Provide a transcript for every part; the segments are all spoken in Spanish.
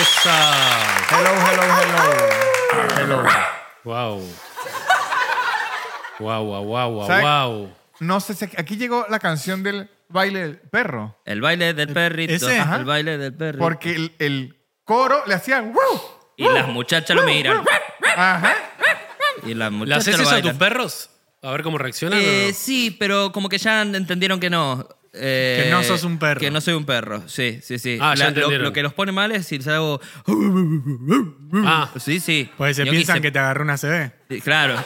Esa. Hello, hello, hello. Hello. Wow. Wow, wow, wow, wow, ¿Sabe? wow. No sé, si aquí- aquí llegó la canción del baile del perro. El baile del perrito. E-, ese, ajá. El baile del perrito. Porque el, el coro le hacían. ¡Woo! Y las muchachas lo miran. Ajá. Y las ¿Le muchachas haces lo eso a bailan. tus perros? A ver cómo reaccionan. o Eh, no? Sí, pero como que ya entendieron que no. Eh, Que no sos un perro. Que no soy un perro, sí, sí, sí. Ah, ya lo- lo, entendieron. que los pone mal es si les hago... uh, Ah. Sí, sí. Pues se Ñoqui piensan que te agarró una CB. Sí, Claro.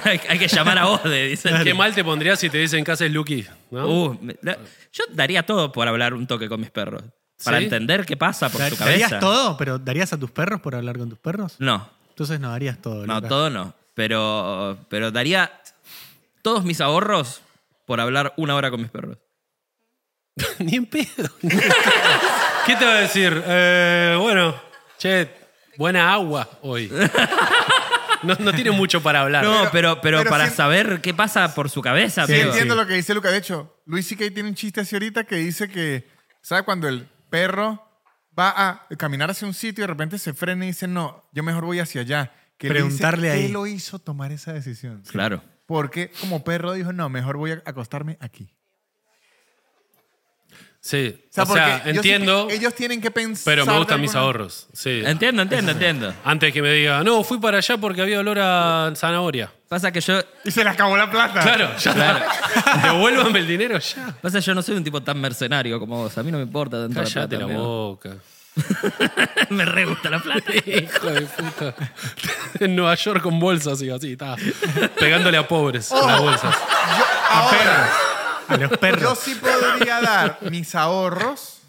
hay, hay que llamar a Ode, dicen. Qué mal te pondrías si te dicen que haces Lucky. ¿no? Uh, me- la- yo daría todo por hablar un toque con mis perros. Para ¿Sí? entender qué pasa por su cabeza. ¿Darías todo? ¿Pero darías a tus perros por hablar con tus perros? No, Entonces no darías todo. no, Lucas. todo no. Pero, pero daría todos mis ahorros por hablar una hora con mis perros. Ni en pedo. ¿Qué te va a decir? Eh, bueno, che, buena agua hoy. No, no tiene mucho para hablar. No, pero, pero, pero para si- saber qué pasa por su cabeza, Sí, amigo. entiendo lo que dice Luca. De hecho, Luis C.K. tiene un chiste así ahorita que dice que, ¿sabe? Cuando el perro va a caminar hacia un sitio y de repente se frena y dice, no, yo mejor voy hacia allá. Que le dice, Preguntarle ahí. ¿Qué lo hizo tomar esa decisión? Claro. Porque como perro dijo, no, mejor voy a acostarme aquí. Sí, o O sea, porque yo sé entiendo, que ellos tienen que pensar. pero me de gustan mis alguna- ahorros. Sí. Entiendo, entiendo, entiendo. Antes que me diga, no, fui para allá porque había olor a zanahoria. Pasa que yo, Y se le acabó la plata. Claro, ya está. Devuélvame el dinero ya. pasa que yo no soy un tipo tan mercenario como vos. A mí no me importa tanto la Cállate plata. la amigo. boca. me re gusta la plata. Hijo de puta. En Nueva York con bolsas y así, está. Pegándole a pobres Oh. con las bolsas. Yo, ahora, A los perros. yo sí podría dar mis ahorros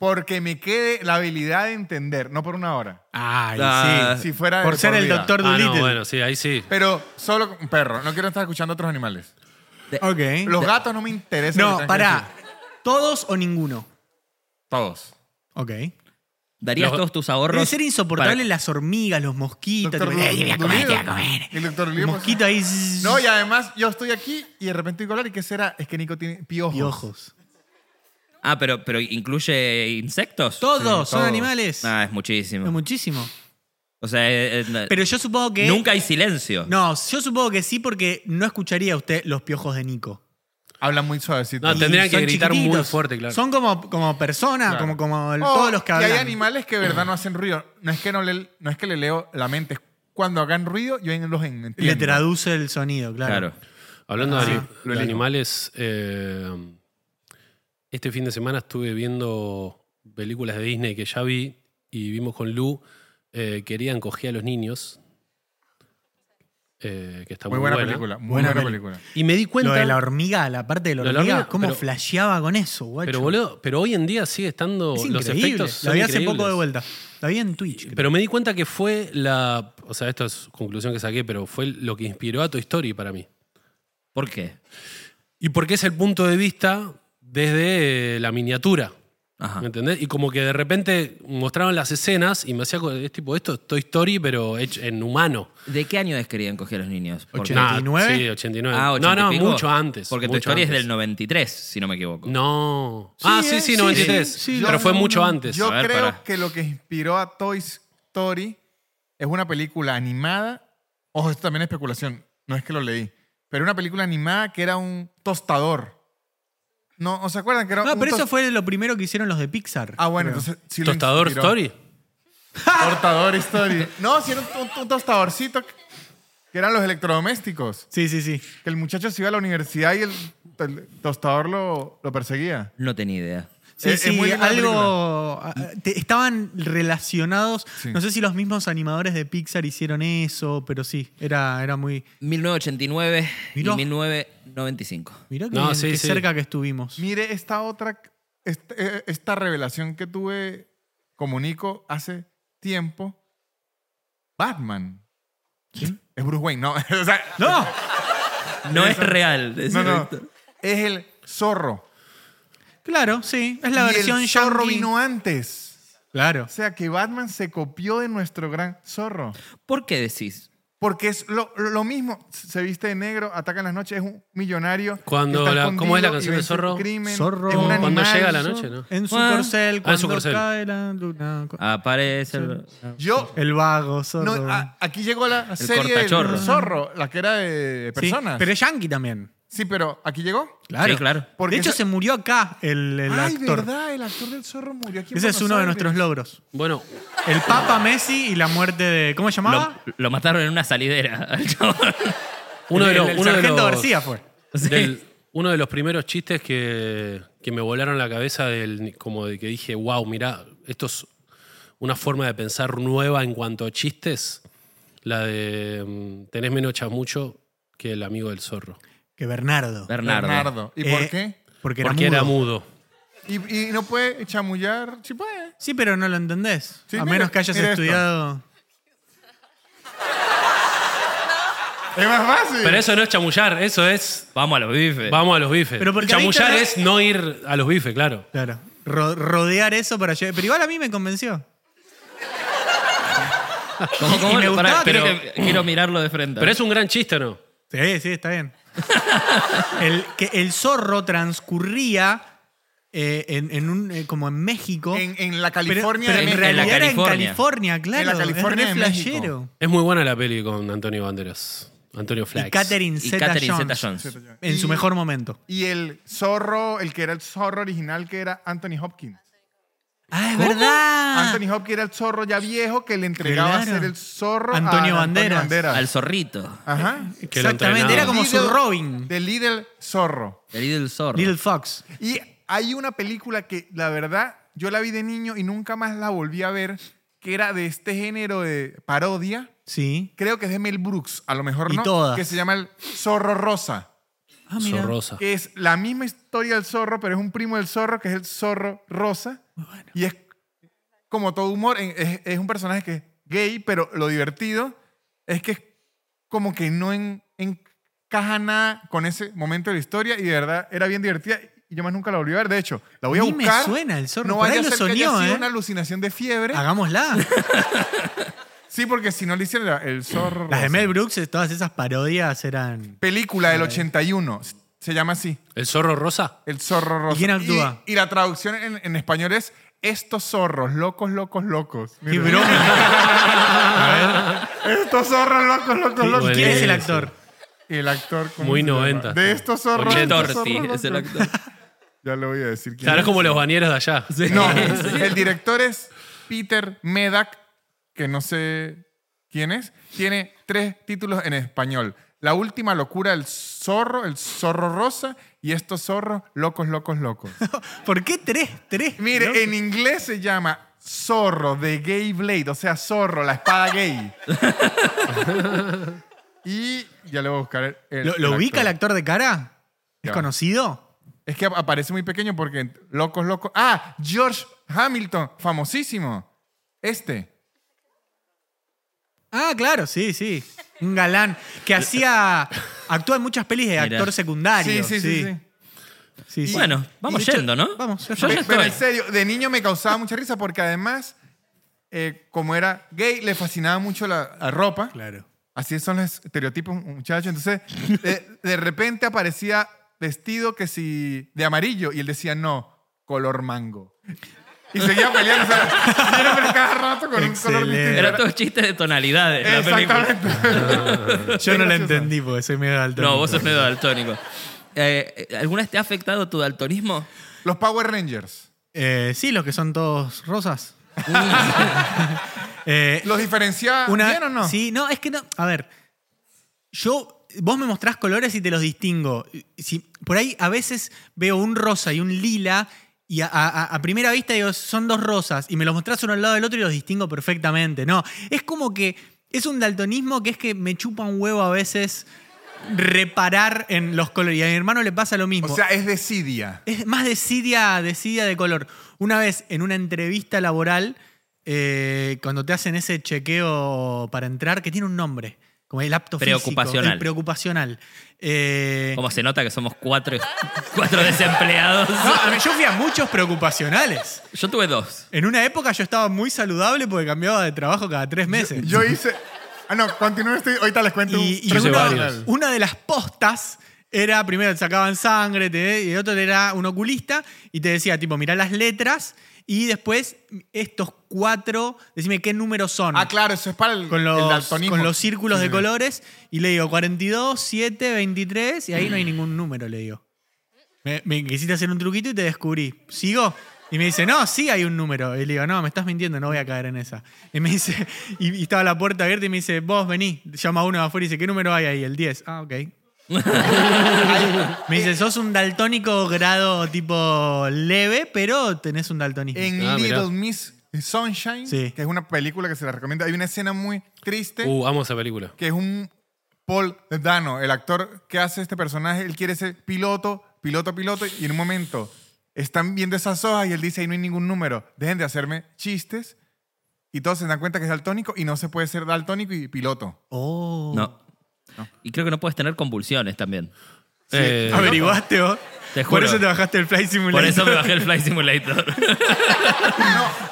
porque me quede la habilidad de entender, no por una hora. Ay, Ah, sí. Si fuera de Por ser por el vida. doctor Ah, Dolittle. no, bueno, sí, ahí sí. Pero solo con un perro. No quiero estar escuchando a otros animales. Ok. Los gatos no me interesan. lo que no, tengan pará. que decir. ¿Todos o ninguno? Todos. Ok. Darías Los- todos tus ahorros. Debe ser insoportable para- las hormigas, los mosquitos. Doctor tipo, "Ey, voy a comer, Dolittle. te voy a comer". El doctor El Dolittle. mosquito ahí. zzz, No, y además yo estoy aquí y de repente digo, "Lari, ¿qué será? Es que Nico tiene piojos. Piojos. Ah, pero, pero ¿incluye insectos? Todos, son todos. animales. Ah, es Es muchísimo. muchísimo. O sea, eh, eh, Pero yo supongo que. nunca hay silencio. No, yo supongo que sí, porque no escucharía usted los piojos de Nico. Habla muy suavecito. No, Y tendrían que son gritar muy chiquititos. fuerte, claro. Son como, como personas, Claro. como, como el- Oh, todos los que Y hay hablan. animales que de verdad no hacen ruido. No es que, no le, no es que le leo la mente. es Cuando hagan ruido, yo en- los en- entiendo. Le traduce el sonido, Claro. claro. Hablando de, Ah, ani- sí, lo de elijo. animales, eh, este fin de semana estuve viendo películas de Disney que ya vi y vimos con Lu eh, Querían coger a los niños, eh, que está muy, Muy buena, película. Muy Buena buena, peli. película. Y me di cuenta, Lo de la hormiga, la parte de Lo la de hormiga, la hormiga, cómo pero- flasheaba con eso, guacho. pero boludo, pero hoy en día sigue estando es los increíble. efectos. La son vi hace poco increíbles. de vuelta. La vi en Twitch. creo. Pero me di cuenta que fue la, o sea, esta es conclusión que saqué, pero fue lo que inspiró a Toy Story para mí. ¿Por qué? Y porque es el punto de vista desde eh, la miniatura. Ajá. ¿Me entendés? Y como que de repente mostraron las escenas y me hacía co- es tipo esto, es Toy Story, pero hecho en humano. ¿De qué año es querían coger a los niños? Porque- Ochenta. Nada, 89? sí, 89. Ah, no, 80 y no, pico. mucho antes. Porque tu mucho historia es antes. del 93, si no me equivoco. No. Sí, ah, eh, sí, sí, sí, 93. sí, sí. pero Yo- fue mucho antes. mm, Yo A ver, creo pará. que lo que inspiró a Toy Story es una película animada. Ojo, esto también es especulación. No es que lo leí. Pero una película animada que era un tostador. ¿No ¿os acuerdan que era no, un pero eso tos- fue lo primero que hicieron los de Pixar. Ah, bueno, creo. entonces sí lo Tostador inspiró. Story. Tostador Story. No, si era un, un- un tostadorcito que- que eran los electrodomésticos. Sí, sí, sí. Que el muchacho se iba a la universidad y el, el tostador lo, lo perseguía. No tenía idea. Sí, Es- es sí, muy linda la algo. ah, te- estaban relacionados. Sí. No sé si los mismos animadores de Pixar hicieron eso, pero sí, era, era muy. 1989 Mirá. y 1995. Mirá que, No, sí, qué sí. cerca que estuvimos. Mire esta otra, esta, eh, esta revelación que tuve, comunico hace tiempo. Batman. Es Bruce Wayne, no. o sea, ¡No! No es real. es no, no. correcto. Es el zorro. Claro, sí. Es la Y versión el zorro yankee. vino antes. Claro. O sea que Batman se copió de nuestro gran zorro. ¿Por qué decís Porque es lo, lo mismo. Se viste de negro, ataca en las noches, es un millonario. que Cuando está la- escondido ¿cómo es la y canción de vence un Zorro? crimen, Zorro. es un Cuando animal. llega la noche, ¿no? En su Ah. corcel, Ah, en cuando su corcel. cae la luna. cu- Aparece el... Yo, El vago, zorro. no, ah, a- aquí llegó la serie cortachorro. del Zorro, la que era de Sí, personas. pero es yankee también. Sí, pero aquí llegó. Claro. Sí, claro. Porque de hecho, esa- se murió acá el, el Ay, actor. verdad, el actor del Zorro murió aquí. en Ese es Buenos uno de Aires. nuestros logros. Bueno, El Papa Messi y la muerte de. ¿Cómo se Lo, llamaba? lo mataron en una salidera al chabón. uno de El- los. el uno de sargento los- García fue. Sí. del- uno de los primeros chistes que, que me volaron la cabeza del como de que dije, wow, mirá, esto es una forma de pensar nueva en cuanto a chistes. La de mm, tenés menos chamucho que el amigo del zorro. Que Bernardo. Bernardo. Bernardo. ¿Y por Eh, qué? Porque era, Porque mudo. era mudo. Y, y no puede chamullar. Sí puede. Sí, pero no lo entendés. Sí, a mira, menos que hayas mira esto. estudiado. Es más fácil. Pero eso no es chamullar, eso es Vamos a los bifes. vamos a los bifes. Pero porque chamullar ahí es no ir a los bifes, claro. Claro. Ro- rodear eso para llegar. Pero igual a mí me convenció. ¿Cómo, cómo? Y Pará, me gustaba, quiero pero- que- quiero mirarlo de frente. Pero es un gran chiste, ¿no? Sí, sí, está bien. El, que el zorro transcurría eh, en, en un, eh, como en México. en, en la pero- California pero de en México. realidad era en California. California, claro. En la California es de re México. flashero. Es muy buena la peli con Antonio Banderas. Antonio Flax. Y Catherine Y Zeta Catherine Jones. Zeta-Jones. En su Y- mejor momento. Y el zorro, el que era el zorro original, que era Anthony Hopkins. Ah, es verdad. Anthony Hopkins era el zorro ya viejo que le entregaba Claro. a ser el zorro a Antonio Antonio Banderas. Banderas. Al zorrito. Ajá. Que lo Exactamente, era entrenaba. como su Little- Robin. The Little Zorro. El Little Zorro. Little Fox. Y hay una película que, la verdad, yo la vi de niño y nunca más la volví a ver, que era de este género de parodia. Sí. Creo que es de Mel Brooks, a lo mejor Y no. todas. Que se llama El Zorro Rosa. Ah, mira. Zorrosa. que es la misma historia del zorro, pero es un primo del zorro que es el zorro rosa. Y es como todo humor, en- es, es un personaje que es gay, pero lo divertido es que es como que no en- encaja nada con ese momento de la historia y de verdad era bien divertida y yo más nunca la volví a ver. De hecho, la voy a Ni me buscar. suena el zorro, No por vaya ahí a lo ser que haya soñó, sido ¿eh? una alucinación de fiebre. Hagámosla. Sí, porque si no le hicieron la- el zorro Las de rosa. Mel Brooks, todas esas parodias eran. Película del 81, se llama así. ¿El zorro rosa? El zorro rosa. ¿Y quién actúa? Y, y la traducción en, en español es estos zorros, locos, locos, locos. ¡Qué Mira. broma! Estos zorros, locos, locos, ¿Y locos. ¿Quién es el Buenísimo. actor? Y el actor. ¿cómo Muy se llama? 90. De estos zorros. Ochenta. estos Torti zorros es el locos. actor. Ya le voy a decir quién Claro, es. es como los bañeros de allá. No, el director es Peter Medak, que no sé quién es. Tiene tres títulos en español. La última locura, el zorro, el zorro rosa y estos zorros, locos, locos, locos. ¿Por qué tres? Tres. Mire, ¿no? en inglés se llama zorro de gay blade, o sea, zorro, la espada gay. y ya le voy a buscar el- el. ¿Lo, lo el ubica el actor de cara? ¿Es Ya. conocido? Es que ap- aparece muy pequeño porque locos, locos. Ah, George Hamilton, famosísimo. Este. Ah, claro, sí, sí. Un galán que hacía. Actúa en muchas pelis de Mirá. actor secundario. Sí, sí, sí. sí. Sí, sí. Bueno, vamos de hecho, yendo, ¿no? Vamos, ya Yo ya Pe- Pero en estoy. serio, de niño me causaba mucha risa porque además, eh, como era gay, le fascinaba mucho la, la ropa. Claro. Así son los estereotipos, muchachos. Entonces, de, de repente aparecía vestido que si de amarillo y él decía no, color mango. Y seguía peleando, o sea, era por cada rato con un color Excelente. distinto. Era todo chiste de tonalidades. la película. Exactamente. Yo no la Gracioso. entendí porque soy medio alto. No, vos sos medio daltónico. Eh, ¿Alguna vez te ha afectado tu daltonismo? Los Power Rangers. Eh, sí, los que son todos rosas. Eh, ¿Los diferenciaba una- bien o no? Sí, no, es que no. A ver, yo. Vos me mostrás colores y te los distingo. Si, por ahí a veces veo un rosa y un lila. Y a, a- a primera vista digo, son dos rosas. Y me los mostrás uno al lado del otro y los distingo perfectamente. No, es como que. Es un daltonismo que es que me chupa un huevo a veces reparar en los colores. Y a mi hermano le pasa lo mismo. O sea, es desidia. Es más desidia, desidia de color. Una vez en una entrevista laboral, eh, cuando te hacen ese chequeo para entrar, que tiene un nombre, como el apto físico, Preocupacional. el preocupacional. Eh, Como se nota que somos cuatro, cuatro desempleados. no, a mí- yo fui a muchos preocupacionales. Yo tuve dos. En una época yo estaba muy saludable porque cambiaba de trabajo cada tres meses. Yo hice, Ah, no, continúen esto y ahorita les cuento. Y, y Yo sé una, varios. una de las postas era, primero te sacaban sangre, te- y el otro era un oculista, y te decía, tipo, mirá las letras, y después estos cuatro, decime qué números son. Ah, claro, eso es para el, Con el los, daltonismo. con los círculos Sí, de sí. colores, y le digo 42, 7, 23, y ahí no hay ningún número, le digo. Me, me quisiste hacer un truquito y te descubrí. ¿Sigo? Y me dice, no, sí hay un número. Y le digo, no, me estás mintiendo, no voy a caer en esa. Y me dice, y, y estaba la puerta abierta y me dice, vos vení. Llama a uno de afuera y dice, ¿qué número hay ahí? El 10. Ah, ok. me dice, sos un daltónico grado tipo leve, pero tenés un daltonismo. En Ah, mirá. Little Miss Sunshine, Sí. que es una película que se la recomienda, hay una escena muy triste Uh, amo esa película. que es un Paul Dano, el actor que hace este personaje, él quiere ser piloto, piloto, piloto, y en un momento están viendo esas hojas y él dice, ahí no hay ningún número, dejen de hacerme chistes, y todos se dan cuenta que es daltónico y no se puede ser daltónico y piloto. Oh. No. Y creo que no puedes tener convulsiones también. Eh, ¿Averiguaste vos? Te Por juro. eso te bajaste el Flight Simulator. Por eso me bajé el Flight Simulator.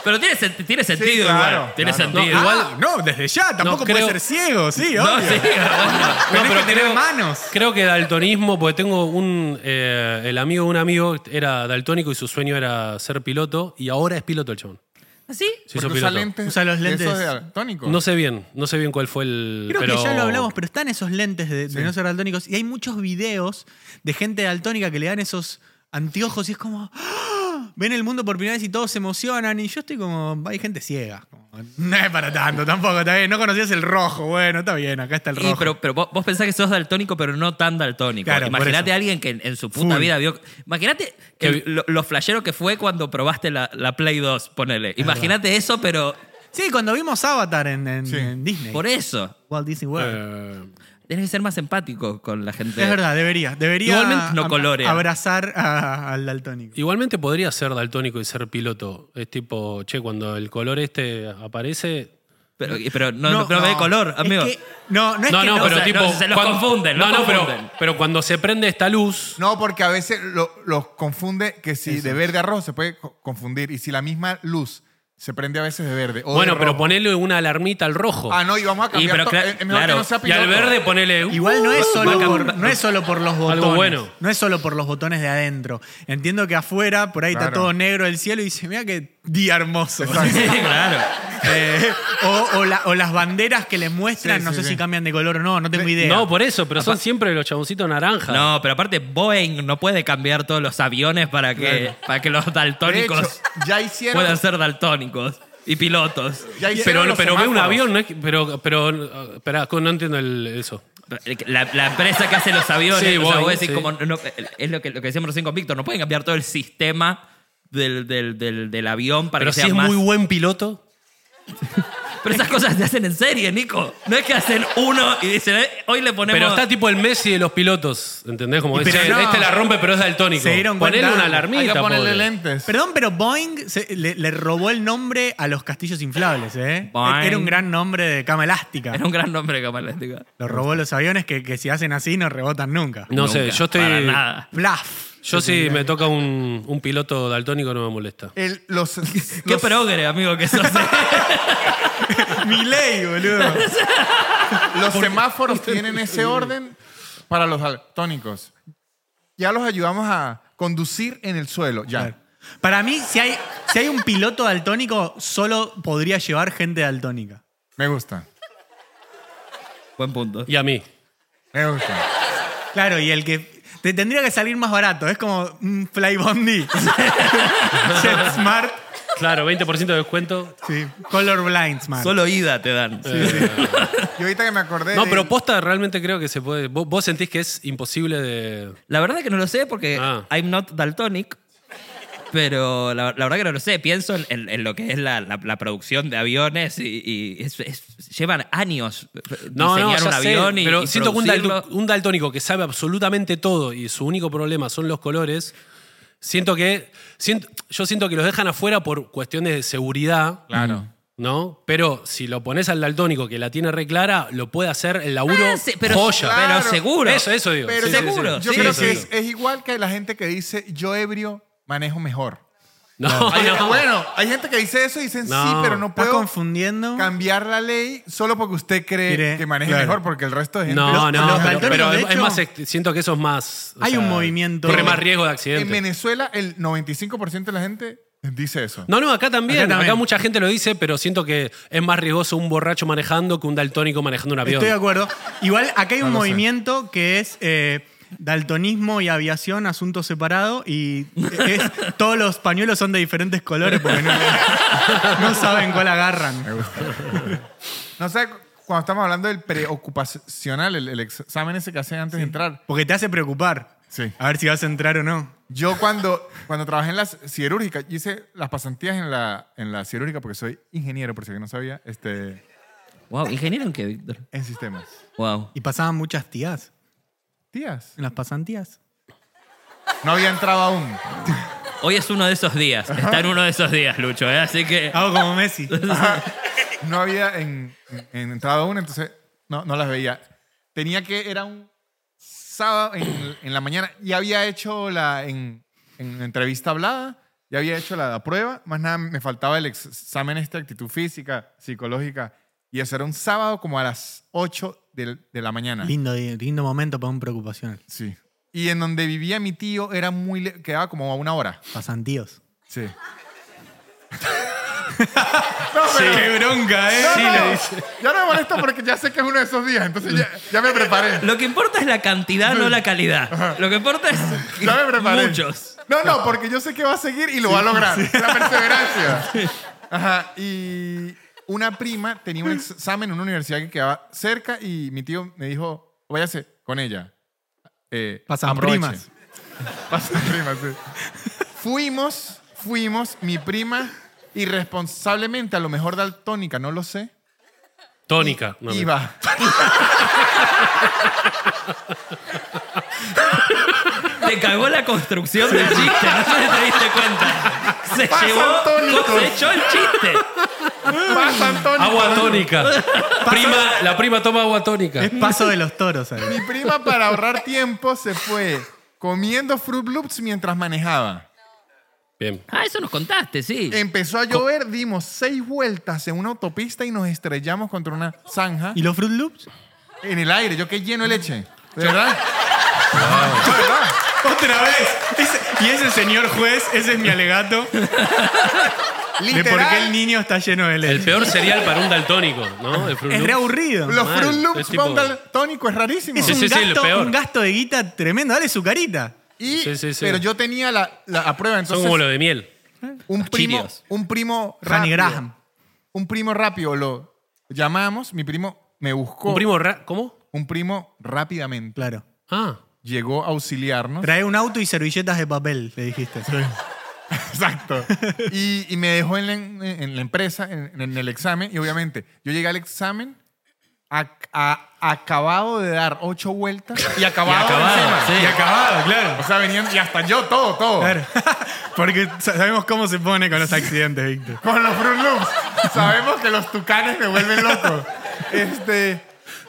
Pero tiene, sen- tiene sentido claro, igual. Tiene claro. No, sentido. igual- Ah, no, desde ya. Tampoco creo- puede ser ciego, sí, No, obvio. sí, bueno. No, Tenés pero que tener creo- manos. Creo que daltonismo, porque tengo un. eh, el amigo de un amigo era daltónico y su sueño era ser piloto y ahora es piloto el chabón. ¿Así? Se hizo Porque usa piloto. lentes. Usa los de esos lentes. de daltónico. No sé bien, no sé bien cuál fue el. Creo pero- que ya lo hablamos, pero están esos lentes de, de no ser daltónicos y hay muchos videos de gente daltónica que le dan esos anteojos y es como... ¡ah! Ven el mundo por primera vez y todos se emocionan y yo estoy como... Hay gente ciega. Como, No es para tanto, tampoco, está bien. No conocías el rojo, bueno, está bien, acá está el rojo. Y, pero, pero vos, vos pensás que sos daltónico, pero no tan daltónico. Claro, por Imagínate eso. a alguien que en, en su puta Full. vida vio. Imagínate Que el- vi- lo, lo flashero que fue cuando probaste la, la Play 2, ponele. Imagínate eso, pero Sí, cuando vimos Avatar en, en- Sí. en Disney. por eso. Walt Disney World. Eh, Tienes que ser más empático con la gente. Es verdad, debería. Debería Igualmente no ab- colorea. abrazar a- al daltónico. igualmente podría ser daltónico y ser piloto. Es tipo, che, cuando el color este aparece. Pero, pero no, no, ve no. color, Es amigo. que- no, no es No, que no, no, pero o sea, tipo. no, se los confunden, los no, no, pero, confunden. pero cuando se prende esta luz. No, porque a veces lo- los confunde que si de verde a rojo se puede co- confundir y si la misma luz se prende a veces de verde. o de bueno, pero rojo. ponele una alarmita al rojo. Ah, no, y vamos a Y, cambiar. pero to- eh, cla- es mejor claro. que no sea y piloto. al verde ponele. uh, Igual no es, solo va a por, cambiar. no es solo por los botones. bueno. No es solo por los botones de adentro. Entiendo que afuera, por ahí está Claro. todo negro el cielo y dice, mira qué día hermoso. Sí, claro. Eh, o, o la- o las banderas que le muestran, Sí, no sí, sé sí. si cambian de color o no, no tengo idea. No, por eso, pero son siempre los chaboncitos naranjas. No, pero aparte Boeing no puede cambiar todos los aviones para que, para que los De hecho, daltónicos ya hicieron. puedan ser daltónicos y pilotos. Ya hicieron Pero, los pero ve un semáforos. avión, no es que- pero, pero ah, pará, no entiendo el- eso. La, la empresa que hace los aviones, Sí, o sea, Boeing, vos decís sí. como, no- es lo que, lo que decíamos recién con Víctor, no pueden cambiar todo el sistema del, del- del- del avión para Pero que si sea es más... muy buen piloto. Pero esas cosas se hacen en serie, Nico. No es que hacen uno y dicen, "Eh, hoy le ponemos... Pero está tipo el Messi de los pilotos, ¿entendés? Como Y pero dice, no. este la rompe, pero es daltónico. Se dieron cuenta. Ponele una Hay alarmita. que ponerle pobre. lentes. Perdón, pero Boeing se- le, le robó el nombre a los castillos inflables, ¿eh? Boeing. Era un gran nombre de cama elástica. Era un gran nombre, Camalática. Lo robó los aviones que, que si hacen así no rebotan nunca. No sé, yo estoy. Para nada. Bluff. Yo si me toca un, un piloto daltónico no me molesta. El- los, Qué los- progre, amigo, que sos. eh". Mi ley, boludo. los semáforos tienen ese orden para los daltónicos. Ya los ayudamos a conducir en el suelo. Ya. Claro. Para mí, si hay, si hay un piloto daltónico, solo podría llevar gente daltónica. Me gusta. Buen punto. Y a mí. Me gusta. Claro, y el que. Te tendría que salir más barato. Es como un Flybondi. Jet Smart. Claro, 20% de descuento. Sí. Colorblind Smart. Solo ida te dan. Y ahorita que me acordé. No, de- pero posta realmente creo que se puede. Vos, vos sentís que es imposible de. La verdad que no lo sé porque Ah. I'm not daltonic. Pero la, la verdad que no lo sé. Pienso en, en- en lo que es la, la- la producción de aviones y, y es- es- llevan años No, no, diseñar ya un sé, avión y, pero y siento que un, producirlo. dalto- un daltónico que sabe absolutamente todo y su único problema son los colores, siento que siento- yo siento que los dejan afuera por cuestiones de seguridad, Claro. ¿no? Pero si lo pones al daltónico que la tiene re clara, lo puede hacer el laburo Ah, sí, pero, joya. pero Claro. seguro. Eso, eso digo. Pero Sí, seguro. sí, Yo sí. creo Sí, que sí. es, es igual que la gente que dice yo ebrio manejo mejor. No, Hay- no. Bueno, hay gente que dice eso y dicen No. sí, pero no ¿Estás puedo confundiendo? cambiar la ley solo porque usted cree Quiere- que maneja claro. mejor, porque el resto de gente No, Los- no, los pero, daltónicos, pero de es, es hecho, más, ex- siento que eso es más. o hay un movimiento- Corre más riesgo de En accidente. Venezuela, el 95% de la gente dice eso. No, no, acá también. Acá Acá, también. mucha gente lo dice, pero siento que es más riesgoso un borracho manejando que un daltónico manejando un avión. Estoy de acuerdo. Igual acá hay No un lo sé. movimiento que es eh, daltonismo y aviación, asunto separado, y es- todos los pañuelos son de diferentes colores porque no, no saben cuál agarran. No sé, cuando estamos hablando del preocupacional, el, el examen ese que hacen antes de entrar. Porque te hace preocupar. Sí. A ver si vas a entrar o no. Yo cuando, cuando trabajé en la cirúrgica, yo hice las pasantías en la, en la cirúrgica porque soy ingeniero, por si alguien no sabía, este, Wow, ingeniero en qué, Víctor. en sistemas. Wow. Y pasaban muchas tías Tías. en las pasantías. No había entrado aún. Hoy es uno de esos días. Está en uno de esos días, Lucho, ¿eh? Así que. Hago como Messi. No había en, en- entrado aún, entonces no, no las veía. Tenía que, era un sábado en, en la mañana y había hecho la, en, en entrevista hablada, ya había hecho la, la prueba, más nada me faltaba el ex- examen este, actitud física, psicológica, y eso era un sábado como a las 8 del- de la mañana. lindo, día, lindo momento para un preocupacional. Sí. Y en donde vivía mi tío era muy le- quedaba como a una hora. Pasantíos. Sí. ¡Qué bronca, eh! No, no, Ya no me molesta porque ya sé que es uno de esos días, entonces ya, ya me preparé. Lo que importa es la cantidad, no la calidad. Lo que importa es. que Ya me preparé. Muchos. No, no, porque yo sé que va a seguir y lo va a lograr. La perseverancia. Ajá. Y una prima tenía un examen en una universidad que quedaba cerca y mi tío me dijo, váyase con ella. Eh, Pasan aproveche". primas. Pasan primas, sí. Fuimos, fuimos, mi prima irresponsablemente, a lo mejor daltónica, no lo sé, Tónica. no, mentira. iba. Te cagó la construcción del chiste. No sé si te diste cuenta. Se Pasan llevó. tónicos. cosechó el chiste. Pasan tónicas. Agua tónica. Prima- la prima toma agua tónica. Es paso de los toros ahí. Mi prima, para ahorrar tiempo, se fue comiendo Fruit Loops mientras manejaba. Bien. Ah, eso nos contaste, sí. Eh, Empezó a llover, dimos seis vueltas en una autopista y nos estrellamos contra una zanja ¿Y los Fruit Loops? en el aire. Yo que lleno de leche. ¿De verdad? ¡Otra vez! Ese- y ese señor juez, ese es mi alegato de por qué el Literal. niño está lleno de El leche. peor cereal para un daltónico, ¿no? El Fruit Es Loops. re aburrido. Los Mal, Fruit es Loops tipo- con tónico es rarísimo. Es Sí, un, sí, sí, lo gasto, peor. un gasto de guita tremendo. Dale su carita. Y- Sí, sí, sí. Pero yo tenía la, la a prueba, Son como lo entonces de miel. un primo, Cheerios. un primo Fanny rápido- Graham. Un primo rápido lo llamamos, mi primo me buscó. ¿Un primo ra- ¿Cómo? un primo rápidamente Claro. Ah. llegó a auxiliarnos. Trae un auto y servilletas de papel, le dijiste. Exacto. Y, y me dejó en la, en- en la empresa, en, en el examen, y obviamente yo llegué al examen a- a- acabado de dar ocho vueltas y acabado, Y acabado, encima. sí. Y acabado, claro. O sea, venían, y hasta yo, todo, todo. Claro. Porque sa- sabemos cómo se pone con los accidentes, Víctor. Con los Fruit Loops. Sabemos que los tucanes me vuelven loco. Este,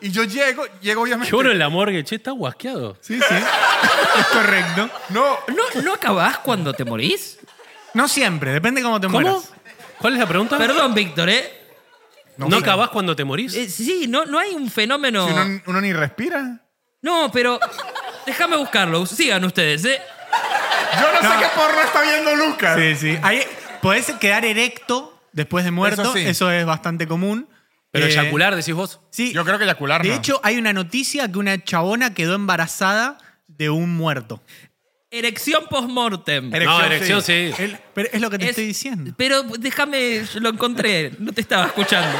y yo llego, llego obviamente. Qué bueno en la morgue. Che, está guasqueado. Sí, sí. Es correcto. No, ¿No, ¿No acabás cuando te morís? No siempre, depende cómo te ¿Cómo? mueras. ¿Cuál es la pregunta? Perdón, Víctor, ¿eh? ¿No, acabás cuando te morís? Eh, sí, no, no hay un fenómeno. si uno, uno ni respira. No, pero. Déjame buscarlo. Sigan ustedes, ¿eh? Yo no, sé No. qué porro está viendo Lucas. Sí, sí. Ahí podés quedar erecto después de muerto. Eso, Eso sí. es bastante común. Pero Eh, eyacular, decís vos. Sí. Yo creo que eyacular De no. hecho, hay una noticia que una chabona quedó embarazada de un muerto. Erección post-mortem. No, erección sí. El- pero es lo que te Es- Eh, estoy diciendo. Pero déjame, yo lo encontré, no te estaba escuchando.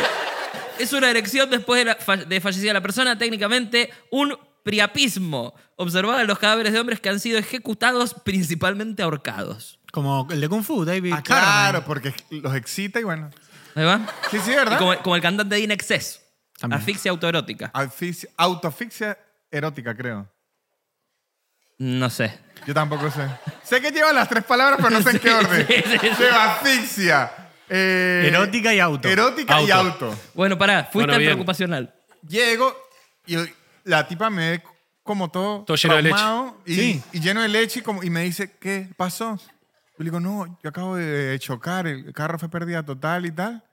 Es una erección después de, la fa- de fallecida la persona, técnicamente un priapismo, observada en los cadáveres de hombres que han sido ejecutados, principalmente ahorcados. Como el de Kung Fu, David. Ah, Carradine. claro, porque los excita y bueno. ¿Ahí va? Sí, sí, Y ¿verdad? como, como el cantante de In Excess, También. asfixia autoerótica. Asfixia- autoasfixia erótica, creo. No sé. Yo tampoco sé. Sé que lleva las tres palabras, pero no sé en qué Sí, orden. sí, sí, sí. Lleva asfixia. eh, Erótica y auto. Erótica y Auto. auto. Bueno, pará, fuiste Bueno, al bien. preocupacional. Llego y la tipa me ve como todo, Todo lleno de leche. traumado Y, Sí. y lleno de leche y, como, y me dice, ¿qué pasó? Yo le digo, no, yo acabo de chocar, el carro fue pérdida total y tal.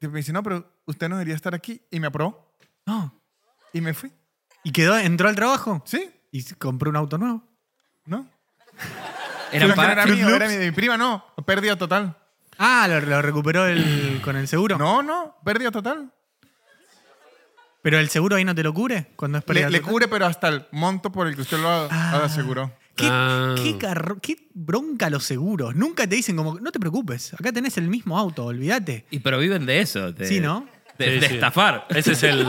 Y me dice, no, pero usted no debería estar aquí. Y me aprobó. No. Y me fui. Y quedó, entró al trabajo ¿Sí? y se compró un auto nuevo. ¿No? Eran Pero pa- era mío, Loops. era mi- de mi prima, no. Pérdida total. Ah, lo, lo recuperó el- con el seguro. No, no, pérdida total. Pero el seguro ahí no te lo cubre cuando es pérdida Le, le total. cubre, pero hasta el monto por el que usted lo a- Ah. aseguró. ¿Qué, Ah. qué carro- qué bronca los seguros. Nunca te dicen como, no te preocupes, acá tenés el mismo auto, olvídate. Y pero viven de eso. de- Sí, ¿no? De, Sí, de sí. estafar. Ese es el,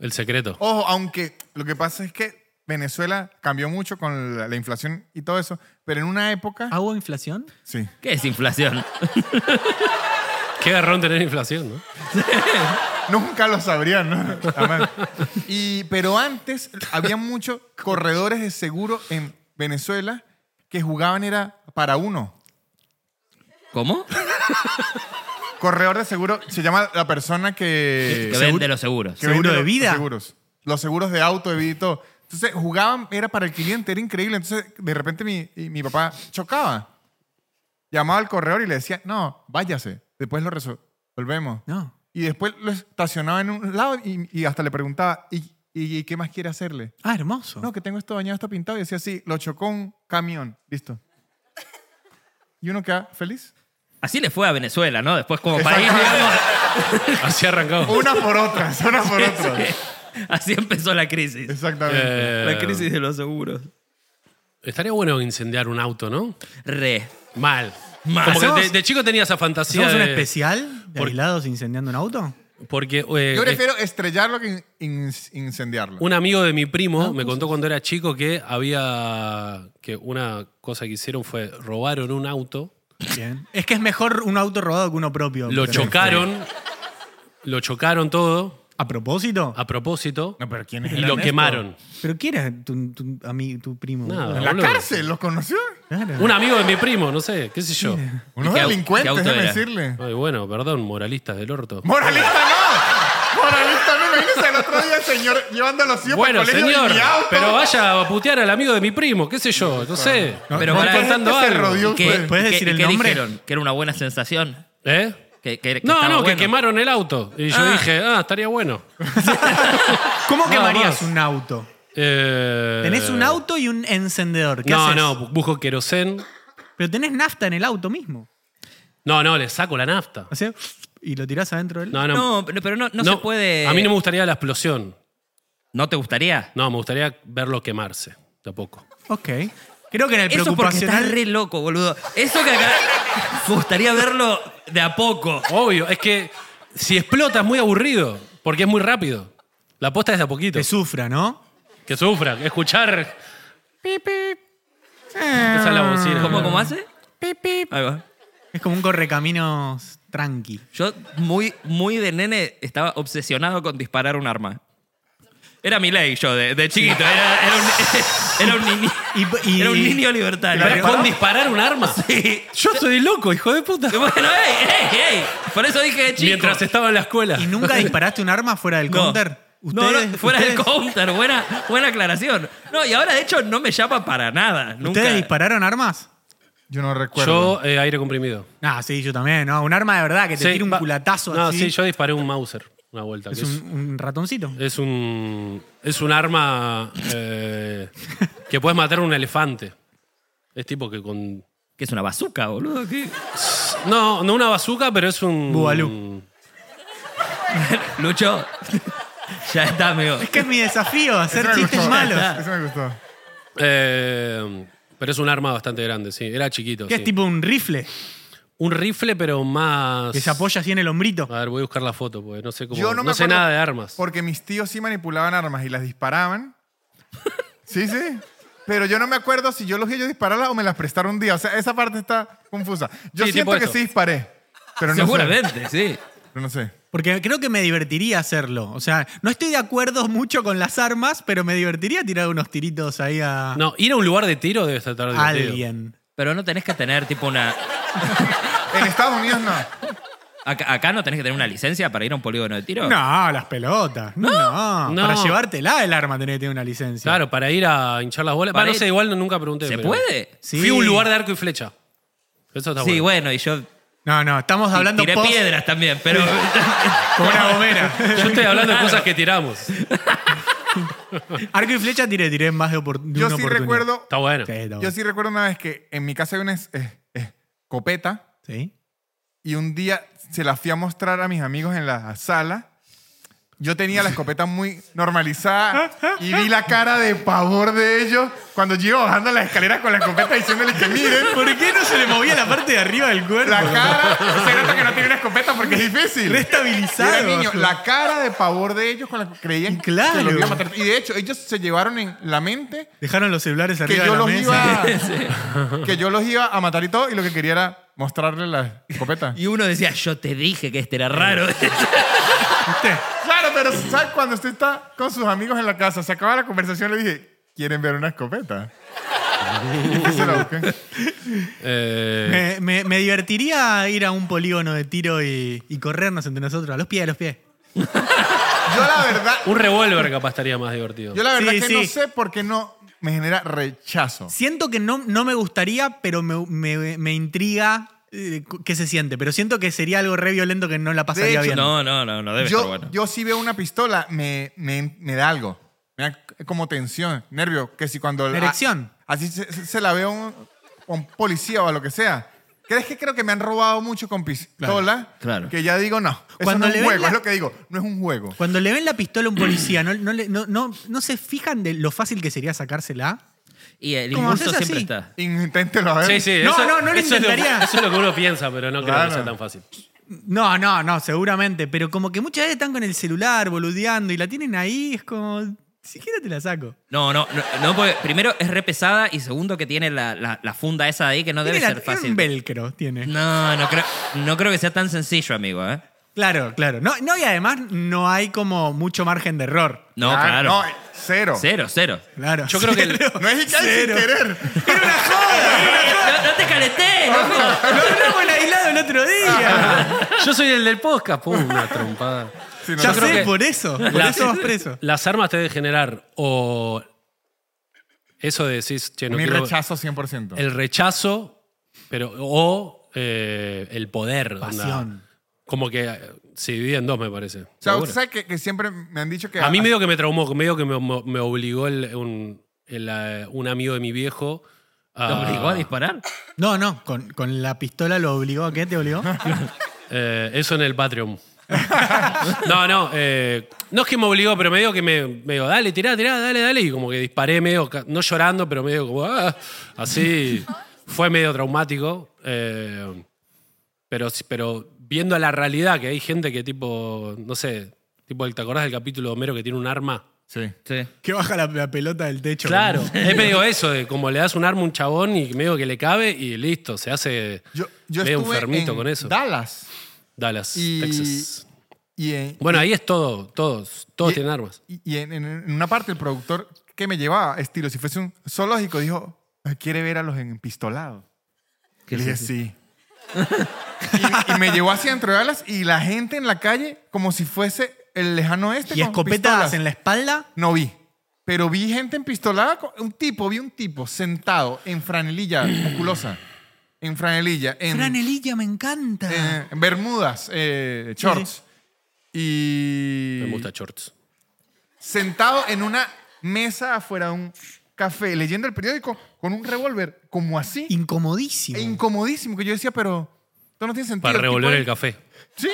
el secreto. Ojo, aunque lo que pasa es que Venezuela cambió mucho con la, la inflación y todo eso, pero en una época. ¿Hago inflación? Sí. ¿Qué es inflación? Qué garrón tener inflación, ¿no? Nunca lo sabrían, ¿no? Jamás. Y, pero antes había muchos corredores de seguro en Venezuela que jugaban era para uno. ¿Cómo? Corredor de seguro se llama la persona que... que vende los seguros. que ¿Seguro vende de los- vida? Los seguros. Los seguros de auto, de vida y todo. Entonces jugaban, era para el cliente, era increíble. Entonces de repente mi, y mi papá chocaba. Llamaba al corredor y le decía, no, váyase, después lo resolvemos. No. Y después lo estacionaba en un lado y, y hasta le preguntaba, ¿y, y, y qué más quiere hacerle? Ah, hermoso. No, que tengo esto dañado, esto pintado. Y decía, sí, lo chocó un camión. Listo. Y uno queda feliz. Así le fue a Venezuela, ¿no? Después como país, digamos. Así arrancamos. Una por otra, una por otra. Así empezó la crisis. Exactamente. Eh, La crisis de los seguros. Estaría bueno incendiar un auto, ¿no? Re. Mal. Mal. Como que de, Hacemos- de chico tenía esa fantasía. ¿Hacemos un de- especial de por- aislados incendiando un auto? Porque eh, eh, Yo prefiero estrellarlo que in- in- incendiarlo. un amigo de mi primo Ah, me contó cuando era chico que había. que una cosa que hicieron fue robaron un auto, Bien. Es que es mejor un auto robado que uno propio. lo Pero- chocaron, lo chocaron todo ¿A propósito? a propósito No, pero ¿quién es y el lo honesto? quemaron. ¿Pero quién era tu, tu, ami- tu primo? Nada. En la Boludo. cárcel, ¿los conoció? Claro. Un amigo de mi primo, no sé, qué sé yo. Unos qué au- qué delincuentes, auto déjame era? decirle. Ay, bueno, perdón, moralistas del orto. ¡Moralista no! ¡Moralista no! Imagínense el otro día el señor llevando a los hijos Bueno, para el colegio señor, y mi auto. pero vaya a putear al amigo de mi primo, qué sé yo, no sé. No, Pero no, pará, ¿qué contando gente se algo. rodeó ¿Qué- usted? ¿Puedes qué- decir el qué nombre? dijeron? Que era una buena sensación. ¿Eh? Que, que- que no, estaba no, que bueno. quemaron el auto. Y yo Ah. dije, ah, estaría bueno. ¿Cómo Nada más. quemarías un auto? Eh, Tenés un auto y un encendedor. ¿Qué No, haces? no, busco querosén. Pero tenés nafta en el auto mismo. No, no, le saco la nafta. O sea, y lo tirás adentro del. No, no. No, pero pero no, no se puede. A mí no me gustaría la explosión. ¿No te gustaría. No, me gustaría verlo quemarse. Tampoco. Ok. Creo que en el Eso porque está preocupacional. re loco, boludo. Eso que acá me gustaría verlo de a poco. Obvio, es que si explota es muy aburrido, porque es muy rápido. La apuesta es de a poquito. Que sufra, ¿no? Que sufran, escuchar. Esa es la bocina. ¿Cómo, cómo hace? Ahí va. Es como un correcaminos tranqui. Yo, muy, muy de nene, estaba obsesionado con disparar un arma. Era mi ley, yo, de, de chiquito. Era, era un, era un niño. Y- y- era un niño Pero libertario. ¿Con disparar un arma? Ah. Yo soy loco, hijo de puta. Y Bueno, ey, ey, ey. Por eso dije de chico. Mientras estaba en la escuela. ¿Y nunca disparaste un arma fuera del No. counter? No, no, fuera del ustedes- counter, buena, buena aclaración. No, y ahora de hecho no me llama para nada. Nunca. ¿Ustedes dispararon armas? Yo no recuerdo. Yo, eh, aire comprimido. Ah, sí, yo también, ¿no? Un arma de verdad que te Sí, tira un va- culatazo No, así. sí, yo disparé un Mauser una vuelta. Es que un, un ratoncito. es un, es un arma eh, que puedes matar a un elefante. Es tipo que con. Que es una bazooka, boludo. ¿qué? No, no una bazooka, pero es un. Bubalú. Lucho. ya está, amigo. Es que es mi desafío, Ese hacer me chistes gustó. malos. Ese me gustó. Eh, pero es un arma bastante grande, sí. Era chiquito. Que es sí. tipo un rifle Un rifle, pero más. que se apoya así en el hombrito. A ver, voy a buscar la foto, porque no sé cómo. Yo no no me sé acuerdo nada de armas. Porque mis tíos sí manipulaban armas y las disparaban. Sí, sí. Pero yo no me acuerdo si yo los vi ellos dispararlas o me las prestaron un día. O sea, esa parte está confusa. Yo Sí, siento tipo que eso. sí disparé. Pero no sé. Seguramente, sí. Pero no sé. Porque creo que me divertiría hacerlo. O sea, no estoy de acuerdo mucho con las armas, pero me divertiría tirar unos tiritos ahí a No, ir a un lugar de tiro debe estar a divertido. alguien. Pero no tenés que tener tipo una. En Estados Unidos no. Acá, acá no tenés que tener una licencia para ir a un polígono de tiro. No, las pelotas. No, no. No. Para llevártela el arma tenés que tener una licencia. Claro, para ir a hinchar las bolas. Para Bah, no ir- sé, igual no- nunca pregunté. ¿Se pero- puede? Sí. Fui a un lugar de arco y flecha. Eso está sí, bueno. bueno, y yo No, no, estamos hablando tiré post piedras también, pero con una gomera. Yo estoy hablando de cosas que tiramos. Arco y flecha tiré, tiré más de, opor- de Yo una sí oportunidad. recuerdo, Está bueno. Sí, está yo bueno. sí recuerdo una vez que en mi casa hay una es- eh, eh, escopeta Sí. y un día se la fui a mostrar a mis amigos en la sala. Yo tenía la escopeta muy normalizada y vi la cara de pavor de ellos cuando yo iba bajando la escalera con la escopeta diciéndole que miren. ¿Por qué no se le movía la parte de arriba del cuerpo? La cara, se nota que no tiene una escopeta porque es difícil. Yo Restabilizado. era niño, la cara de pavor de ellos con la que creían que Claro. los iba a matar. Y de hecho, ellos se llevaron en la mente Dejaron los celulares que arriba yo de la los mesa. iba que yo los iba a matar y todo y lo que quería era mostrarle la escopeta. y uno decía, "Yo te dije que este era raro." ¿Viste? claro, pero ¿sabes? cuando usted está con sus amigos en la casa, se acaba la conversación, le dije, ¿quieren ver una escopeta? y que se la busquen. Eh, Me, me- me divertiría ir a un polígono de tiro y, y corrernos entre nosotros. A los pies, a los pies. Yo la verdad, un revólver capaz estaría más divertido. yo la verdad Sí, que sí. no sé por qué no me genera rechazo. Siento que no, no me gustaría, pero me, me- me intriga eh, cu- qué se siente. Pero siento que sería algo re violento que no la pasaría hecho, bien. No, no, no, no debe yo, estar bueno. yo si veo una pistola, me, me, me da algo. Me da como tensión, nervio. Que si cuando... la- Erección. así se, se- se la veo a un, a un policía o a lo que sea. ¿Crees que creo que me han robado mucho con pistola? claro. Que ya digo, no. Eso Cuando no es le un ven juego. la- Es lo que digo. No es un juego. Cuando le ven la pistola a un policía, ¿no, no, le- no, no, no se fijan de lo fácil que sería sacársela? Y el ¿Cómo impulso haces así? siempre está. Inténtelo a ver. Sí, sí, No, eso, no, no eso lo es intentaría. eso es lo que uno piensa, pero no creo Claro. que sea tan fácil. No, no, no, seguramente. Pero como que muchas veces están con el celular boludeando y la tienen ahí, es como. "Ni Siquiera te la saco. No, no, no, no, porque primero es re pesada y segundo que tiene la, la- la funda esa de ahí que no debe Tiene la- ser tiene fácil. un velcro, tiene. No, no creo, no creo que sea tan sencillo, amigo, ¿eh? Claro, claro. No, no, y además no hay como mucho margen de error. No, Ah, claro. No, cero. Cero, cero. Claro. Yo creo que el- Cero. No es Icael sin Cero. querer. ¡Era una joda! era una joda. No, no te calenté, loco. Lo hablamos en aislado el otro día. Ah, Yo soy el del podcast, pum, una trompada. Sí, no, ya no, creo sé, que- por eso. Por Las- eso vas preso. Las armas te deben generar o eso de decir, che, no Mi quiero- rechazo 100%. el rechazo, pero o eh, el poder, onda. Pasión. Como que eh, se divide en dos, me parece. o sea, Seguro. ¿sabes que, que siempre me han dicho que... a mí medio que me traumó, medio que me, me obligó el- un, el, eh, un amigo de mi viejo a, ¿Te obligó a disparar? No, no. Con, con la pistola lo obligó. ¿A qué te obligó? Eh, eso en el Patreon. no, no. eh, no es que me obligó, pero medio que me, me digo, dale, tirá, tirá, dale, dale. Y como que disparé medio, ca- no llorando, pero medio como, "Ah", así. Fue medio traumático. eh, pero, sí- pero viendo la realidad, que hay gente que tipo, no sé, tipo, ¿te acordás del capítulo de Homero que tiene un arma? Sí. Sí. que baja la, la pelota del techo. Claro. Es medio eso, de como le das un arma a un chabón y medio que le cabe y listo, se hace Yo, yo medio estuve enfermito en con eso. Dallas Dallas, y- Texas. y en, Bueno, ahí es todo, todos, todos Y- tienen armas. Y, y en, en- en una parte el productor que me llevaba, estilo, si fuese un zoológico, dijo, quiere ver a los empistolados. Y le dije, sí. y, y me llevó así entre alas y la gente en la calle, como si fuese el lejano oeste. ¿Y con escopetas pistolas. en la espalda? No vi. Pero vi gente empistolada, con- un tipo, vi un tipo sentado en franelilla musculosa. En franelilla. Em. En, Franelilla, me encanta. eh, en bermudas, eh, shorts. Y... Me gusta shorts. sentado en una mesa afuera de un café, leyendo el periódico con un revólver, como así, Incomodísimo. e incomodísimo, que yo decía, pero esto no tiene sentido. Para tipo revolver de- el café. Sí.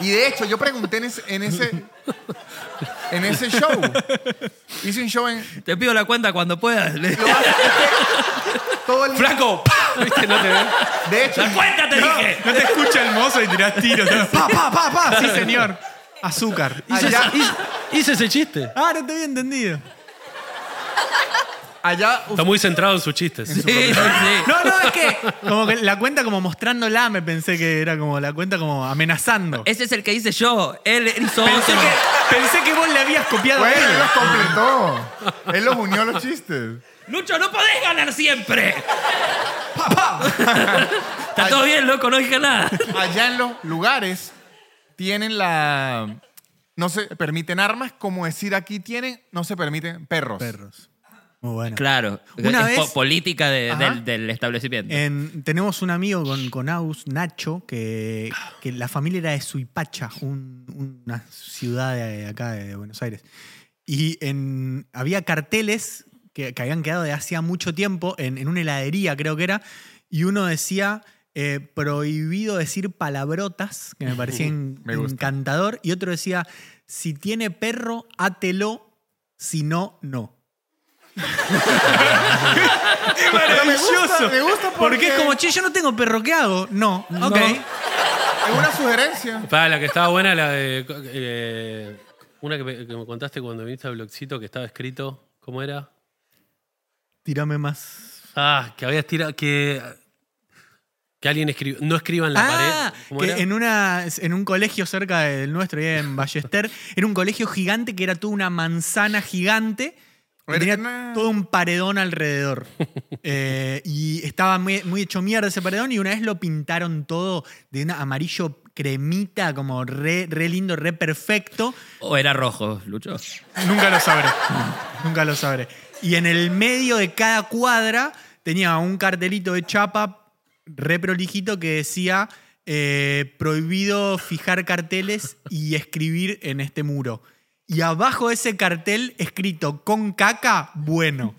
Y de hecho, yo pregunté en ese, en ese, en ese show. Hice un show en... Te pido la cuenta cuando puedas. lo más- Todo el, ¡Flaco! ¡Pah! ¿Viste? No te ven. de hecho, ¡La cuenta te dije! Eh, No te escucha el mozo y tirás tiros. pa, pa, pa, pa. Sí, señor. Azúcar. allá, Hice ese chiste. Ah, no te había entendido. uh. allá Está muy centrado en sus chistes. Sí, sí, sí. No, no, es que. Como que la cuenta como mostrándola, me pensé que era como la cuenta como amenazando. Ese es el que hice yo. Él hizo Pensé otro. que, pensé que vos le habías copiado a bueno, él él. los completó. Él los unió a los chistes. Lucho, no podés ganar siempre. Pa, pa, pa. Está todo bien, loco, no dije nada. Allá en los lugares tienen la. No se permiten armas, como decir aquí tienen, no se permiten perros. Perros. Muy bueno. Claro, Una es vez- po- política de- Ajá. Eh. del, del establecimiento. En- tenemos un amigo con, con Aus, Nacho, que, que la familia era de Suipacha, un- una ciudad de acá de Buenos Aires. Y en, había carteles que, que habían quedado de hacía mucho tiempo en, en una heladería, creo que era, y uno decía eh, prohibido decir palabrotas, que me parecía en- Me gusta. encantador, y otro decía, si tiene perro, átelo, si no, no. ¡Qué Me gusta, me gusta porque... es como, che, yo no tengo perro, ¿qué hago? No. No. Ok. Es una sugerencia. Pa, la que estaba buena, la de. eh, una que me, que me contaste cuando viniste al blogcito que estaba escrito. ¿Cómo era? Tírame más. Ah, que habías tirado. Que, que alguien escribió. No escriban la ah, pared. ¿Cómo que era? en, una, en un colegio cerca del nuestro, ahí en Ballester, era un colegio gigante que era toda una manzana gigante. que Era Tenía una- todo un paredón alrededor. Eh, y estaba muy, muy hecho mierda ese paredón y una vez lo pintaron todo de un amarillo cremita, como re, re lindo, re perfecto. O era rojo, Lucho. Nunca lo sabré. Nunca lo sabré. Y en el medio de cada cuadra tenía un cartelito de chapa reprolijito que decía eh, prohibido fijar carteles y escribir en este muro. Y abajo de ese cartel escrito con caca, bueno.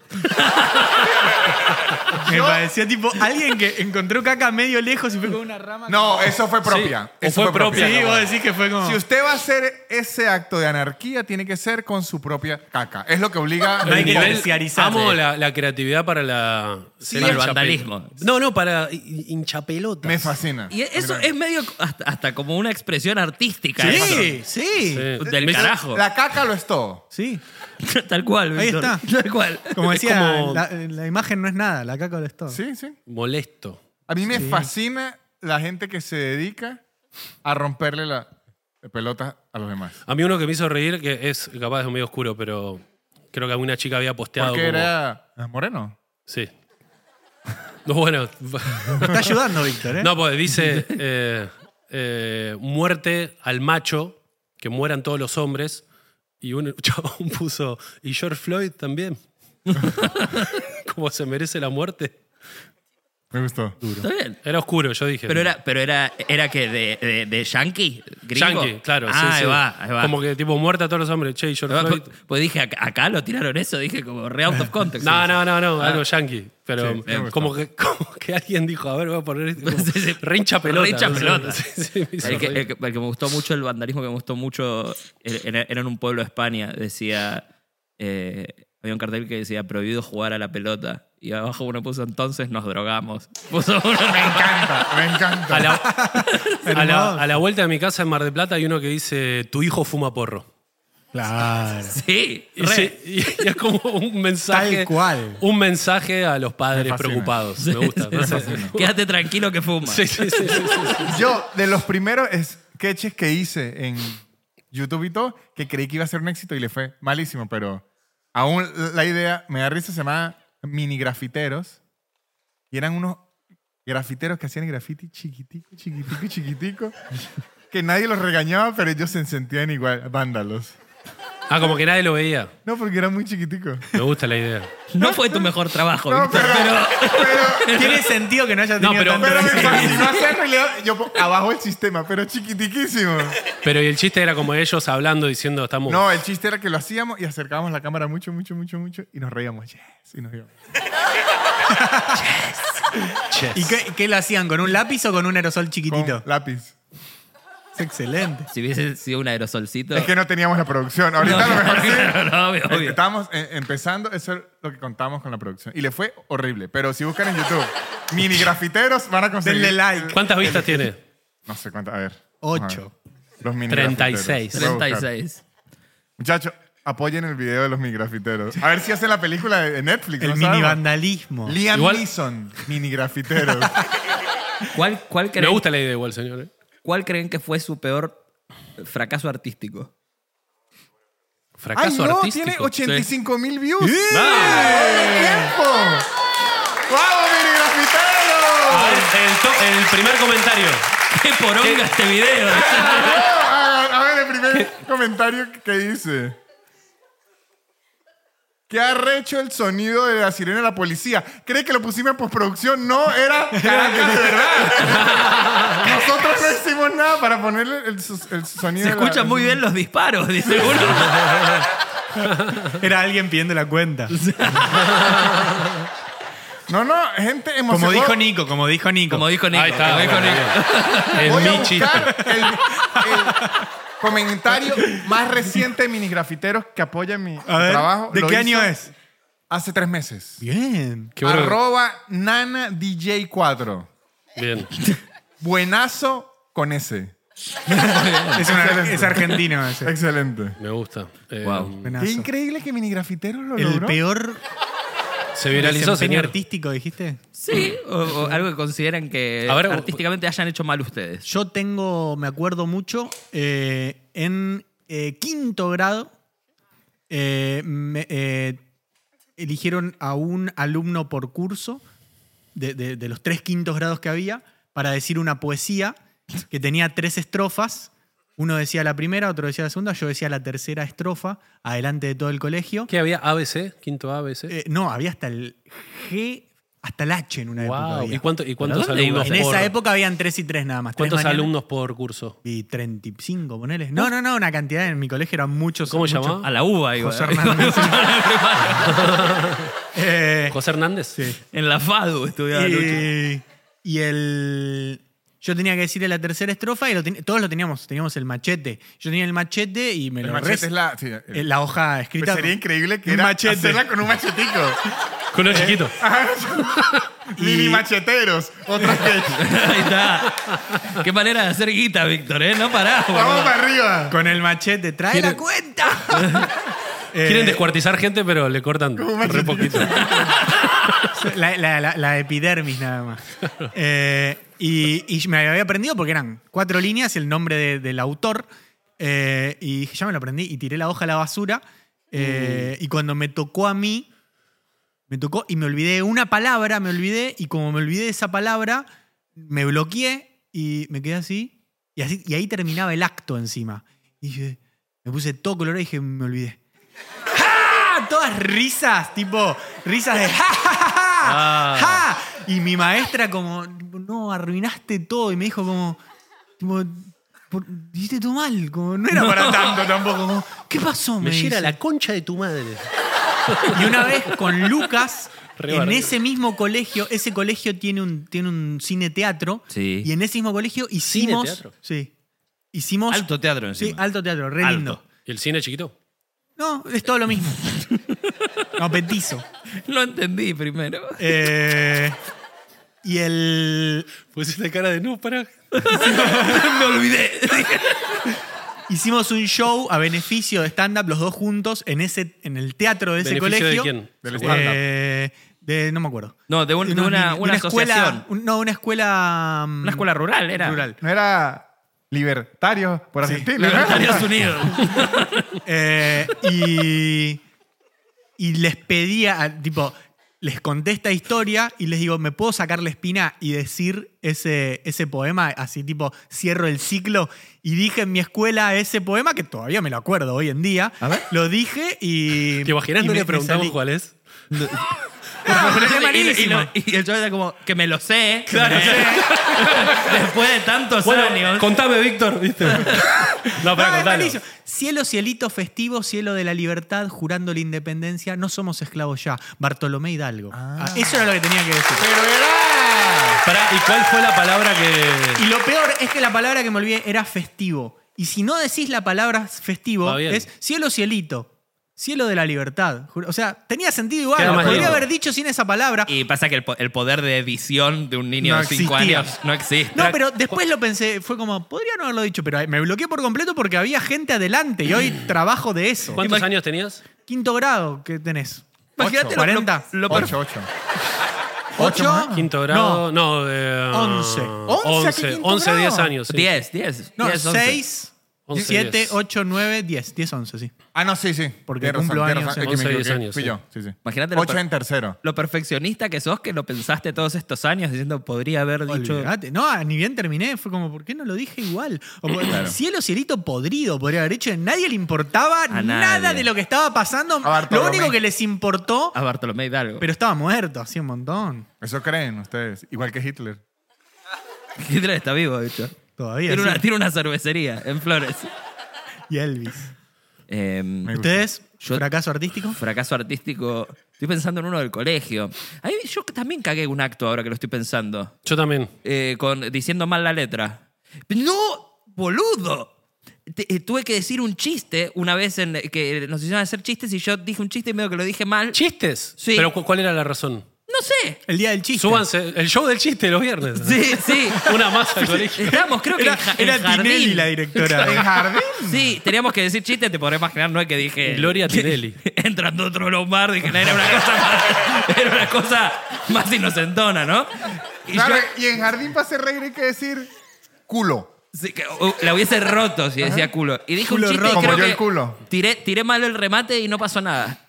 Me parecía tipo alguien que encontró caca medio lejos y fue con una rama. No, eso fue propia. Sí, o Eso fue propia, Sí, capaz. vos decís que fue como. Si usted va a hacer ese acto de anarquía, tiene que ser con su propia caca. Es lo que obliga. No hay El que nivel- terciarizar. Amo Sí. la, la creatividad para la. ser para el hinchape- vandalismo. No, no, para hi- hinchapelotas. Me fascina. Y eso Mira. es medio hasta, hasta como una expresión artística. Sí, eso. sí. Sí. Del Me- carajo. La caca lo es todo. Sí. Tal cual, Ahí Víctor. está. Tal cual. Como Es decía, como- La, la imagen no es nada, la caca lo es todo. Sí, sí. Molesto. A mí me fascina la gente que se dedica a romperle la pelota a los demás. A mí uno que me hizo reír, que es capaz es medio oscuro, pero creo que alguna chica había posteado. Porque como- era ah, moreno. Sí. No, bueno. Te está ayudando, Víctor, ¿eh? No, pues dice eh, eh, muerte al macho, que mueran todos los hombres. Y un chabón puso, y George Floyd también. Como se merece la muerte. Me gustó. Está bien. Era oscuro, yo dije. Pero era, pero era, era que de, de, de yankee, gringo. Yankee, claro. Ah, sí, ahí sí. va, ahí va. Como que tipo muerte a todos los hombres. Che, y George Ah, Floyd. pues- Pues dije, acá, acá lo tiraron eso, dije como re out of context. No, no, no, no, algo yankee. Pero Sí, me como, que, como que alguien dijo, a ver, voy a poner este, como, Sí, sí. re hincha pelota. Re hincha no sé. pelota. Sí, sí, me hizo El que, reír. el que- el que me gustó mucho, el vandalismo que me gustó mucho, era, era en un pueblo de España. Decía, eh, había un cartel que decía prohibido jugar a la pelota. Y abajo uno puso entonces nos drogamos. Puso uno, Me encanta, me encanta. A la, a la- Hermoso. a la vuelta de mi casa en Mar de Plata hay uno que dice, tu hijo fuma porro. Claro. sí, Y, re. sí, y- y es como un mensaje. Tal cual. Un mensaje a los padres Me fascina. preocupados. Me gusta. no sé. Quédate tranquilo que fuma. Sí, sí, sí, sí, sí. Yo, de los primeros sketches que hice en YouTube y todo, que creí que iba a ser un éxito y le fue malísimo, pero aún la idea me da risa, se llamaba mini grafiteros. Y eran unos grafiteros que hacían graffiti chiquitico, chiquitico, chiquitico, que nadie los regañaba, pero ellos se sentían igual, vándalos. Ah, como que nadie lo veía. No, porque eran muy chiquiticos. Me gusta la idea. No fue tu mejor trabajo, Víctor, pero- Tiene sentido que no haya No, tenido pero- tanto Pero me éxito. fascinó hacerlo y le- yo po- abajo el sistema, pero chiquitiquísimo. Pero y el chiste era como ellos hablando, diciendo, estamos... No, el chiste era que lo hacíamos y acercábamos la cámara mucho, mucho, mucho, mucho y nos reíamos. Yes, y nos íbamos. Yes. ¿Y qué, qué lo hacían? ¿Con un lápiz o con un aerosol Con chiquitito? lápiz. Es excelente. si hubiese sido un aerosolcito. Es que no teníamos la producción. Ahorita a lo mejor sí. Claro, no, obvio, Eh, obvio. Estábamos eh, empezando, eso es lo que contábamos con la producción. Y le fue horrible. Pero si buscan en YouTube, mini grafiteros van a conseguir. Denle like. ¿Cuántas vistas tiene? No sé cuántas, a ver. Ocho. Vamos a ver. Los mini 36. grafiteros. Voy a buscar. 36. Muchachos, apoyen el video de los mini grafiteros. A ver si hacen la película de de Netflix. El no mini sabemos. vandalismo. Liam Igual- Neeson, mini grafiteros. ¿Cuál, cuál, Me creen, gusta la idea igual, señor. ¿eh? ¿Cuál creen que fue su peor fracaso artístico? Fracaso ¡Ay, no! artístico. Tiene 85 mil views. Ah, ¡Tiempo! ¡Vamos, mini grafiteros! A ver, Ah, el, to- el primer comentario. ¡Qué poronga este video! Ah, A ver, el primer comentario que dice. ¿Qué arrecho el sonido de la sirena de la policía? ¿Cree que lo pusimos en postproducción? No, era Caracas, de verdad. Nosotros no hicimos nada para ponerle el, sus- el sonido. Se de la- escuchan muy bien los disparos, dice uno. Era alguien pidiendo la cuenta. No, no, gente Como emocionada. dijo Nico, como dijo Nico. Como dijo Nico. Ahí está. como dijo bueno, bien. Nico. Voy El a Michi. buscar el, el comentario más reciente de Mini Grafiteros que apoya mi mi A ver, trabajo. ¿de Lo qué hizo año es? Hace tres meses. Bien. Qué bueno. Arroba Nana DJ 4. Bien. Buenazo con ese. Es, una- es argentino ese. Excelente. Me gusta. Eh, Wow. Qué Buenazo. increíble que Mini Grafiteros lo El logró. peor Se viralizó, desempeño señor. artístico, dijiste. Sí, o, o algo que consideran que A ver, artísticamente hayan hecho mal ustedes. Yo tengo, me acuerdo mucho, eh, en eh, quinto grado eh, me- eh, eligieron a un alumno por curso de, de- de los tres quintos grados que había para decir una poesía que tenía tres estrofas. Uno decía la primera, otro decía la segunda, yo decía la tercera estrofa, adelante de todo el colegio. ¿Qué había? ABC, quinto ABC. Eh, no, había hasta el G, hasta el H en una época. wow. había. ¿Y, cuánto- y cuántos dónde iba? alumnos en por, esa época habían tres y tres nada más. tres ¿Cuántos mañanas. alumnos por curso? Y 35, ponele. No, no, no, una cantidad. En mi colegio eran muchos. ¿Cómo se muchos. llamaba? A la uva, iba. José Hernández. Eh, ¿José Hernández? en la FADU estudiaba Lucho. y, y el. Yo tenía que decirle la tercera estrofa y lo ten- todos lo teníamos. Teníamos el machete. Yo tenía el machete y me El lo machete res- es la. sí, el- eh, la hoja pues escrita. sería increíble que Un era machete. hacerla con un machetico. Con Eh, los chiquitos. Mini macheteros. Otro sketch. Ahí está. Qué manera de hacer guita, Víctor, ¿eh? No parás, Vamos boludo. para arriba. Con el machete. ¡Trae la Quieren- cuenta! Eh, Quieren descuartizar gente, pero le cortan re poquito. La, la- la- la epidermis nada más. Eh, y, y me había aprendido porque eran cuatro líneas, el nombre de- del autor. eh, y dije, ya me lo aprendí. Y tiré la hoja a la basura. eh, Y cuando me tocó a mí, me tocó y me olvidé una palabra, me olvidé. Y como me olvidé de esa palabra, me bloqueé y me quedé así. Y, así, y ahí terminaba el acto encima. Y dije, me puse todo colorado y dije, me olvidé. ¡Ja! Todas risas, tipo, risas de ja, ja, ja, ja, Ah. ja. Y mi maestra como, no, arruinaste todo. Y me dijo como, tipo, por- hiciste todo mal. Como, no era para tanto tampoco. Como, ¿Qué pasó? Me dice. llega la concha de tu madre. Y una vez con Lucas, Re en bárbaro. ese mismo colegio, ese colegio tiene un, tiene un cine teatro. Sí. Y en ese mismo colegio hicimos. ¿Cineteatro? Sí. Hicimos. Alto teatro Sí, encima. alto teatro, re Alto. lindo. ¿Y el cine chiquito? No, es todo lo mismo. No, petizo. Lo entendí primero. Eh, y el. Pusiste cara de no, pará. Me olvidé. Hicimos un show a beneficio de stand-up, los dos juntos, en, ese, en el teatro de ese ¿Beneficio de colegio. quién? Del stand-up. Eh, de, no me acuerdo. No, de, un- de unos una, niños- de una escuela. asociación. un- no, una escuela. mm, Una escuela rural era. rural. No era libertario por Argentina. ¿no? Estados Unidos. Eh, y, Eh, y les pedía, a- tipo, les conté esta historia y les digo, ¿me puedo sacar la espina y decir ese, ese poema? Así, tipo, cierro el ciclo. Y dije en mi escuela ese poema, que todavía me lo acuerdo hoy en día. Lo dije y. ¿Te imaginas? y No me- le me preguntamos salí. cuál es. pero es Y- y- y, malísimo. lo- y el chaval era como, que me lo sé. Claro. Después de tantos años. contame, Víctor. ¿viste? No, No, para contarlo. es malísimo. Cielo, cielito festivo, cielo de la libertad, jurando la independencia, no somos esclavos ya. Bartolomé Hidalgo. Ah, Eso era lo que tenía que decir. Pero era. Pará, ¿y cuál fue la palabra que.? Y lo peor es que la palabra que me olvidé era festivo. Y si no decís la palabra festivo, Va bien. es cielo, cielito. Cielo de la libertad. Ju- O sea, tenía sentido igual. Queda Lo más podría lindo. haber dicho sin esa palabra. Y pasa que el, po- el poder de edición de un niño No de 5 existía. años no existe. No, pero después lo pensé. Fue como, podría no haberlo dicho, pero me bloqueé por completo porque había gente adelante y hoy trabajo de eso. ¿Cuántos años tenías? Quinto grado que tenés. Imagínate Ocho. lo- 40. lo- lo- 8, 8. ¿Ocho? Quinto grado. No, eh, de. Once. Ah, ¿Once? ¿Qué 11. quinto 11, 10 grado? años. sí. 10, 10. No, 10, 11. seis. 11, 7, 10. 8, 9, 10. 10, 11, sí. Ah, no, sí, sí. Porque Tienes cumplo razón, años tienes razón. en- Es que 11, me 10 equivoqué. años, Fui sí. yo, sí, sí. Imagínate la Ocho per- en tercero. Lo perfeccionista que sos que lo pensaste todos estos años diciendo podría haber dicho... Olvidate. No, ni bien terminé. Fue como, ¿por qué no lo dije igual? O por- Claro. Cielo, cielito podrido podría haber hecho. Nadie le importaba nada nadie. de lo que estaba pasando. A Bartolomé. Lo único que les importó, A Bartolomé Hidalgo. pero estaba muerto, así un montón. Eso creen ustedes. Igual que Hitler. Hitler está vivo, de hecho. Todavía. Tiene sí. una, tiene una cervecería en Flores. Y Elvis. Em, Me gusta. ¿Ustedes? Yo- ¿Fracaso artístico? fracaso artístico. Estoy pensando en uno del colegio. Ahí yo también cagué un acto ahora que lo estoy pensando. Yo también. Eh, con, diciendo mal la letra. ¡No! ¡Boludo! Te- eh, tuve que decir un chiste una vez en, que nos hicieron hacer chistes y yo dije un chiste y medio que lo dije mal. ¿Chistes? Sí. ¿Pero cu- cuál era la razón? No sé. El día del chiste. Súbanse. El show del chiste los viernes. Sí, sí. Una masa al colegio. Estábamos, creo que Era, en ja- en era jardín. Tinelli la directora. ¿En jardín? Sí, teníamos que decir chistes, te podrás imaginar, no es que dije. Gloria Tinelli. Entrando otro Lombard, dije, no, era una cosa más, era una cosa más inocentona, ¿no? Y yo- Claro, y en jardín para hacer reír hay que decir culo. sí, que, uh, la hubiese roto si decía culo. Y dije Culo un chiste y roto. creo Como yo que el culo. Tiré, tiré mal el remate y no pasó nada.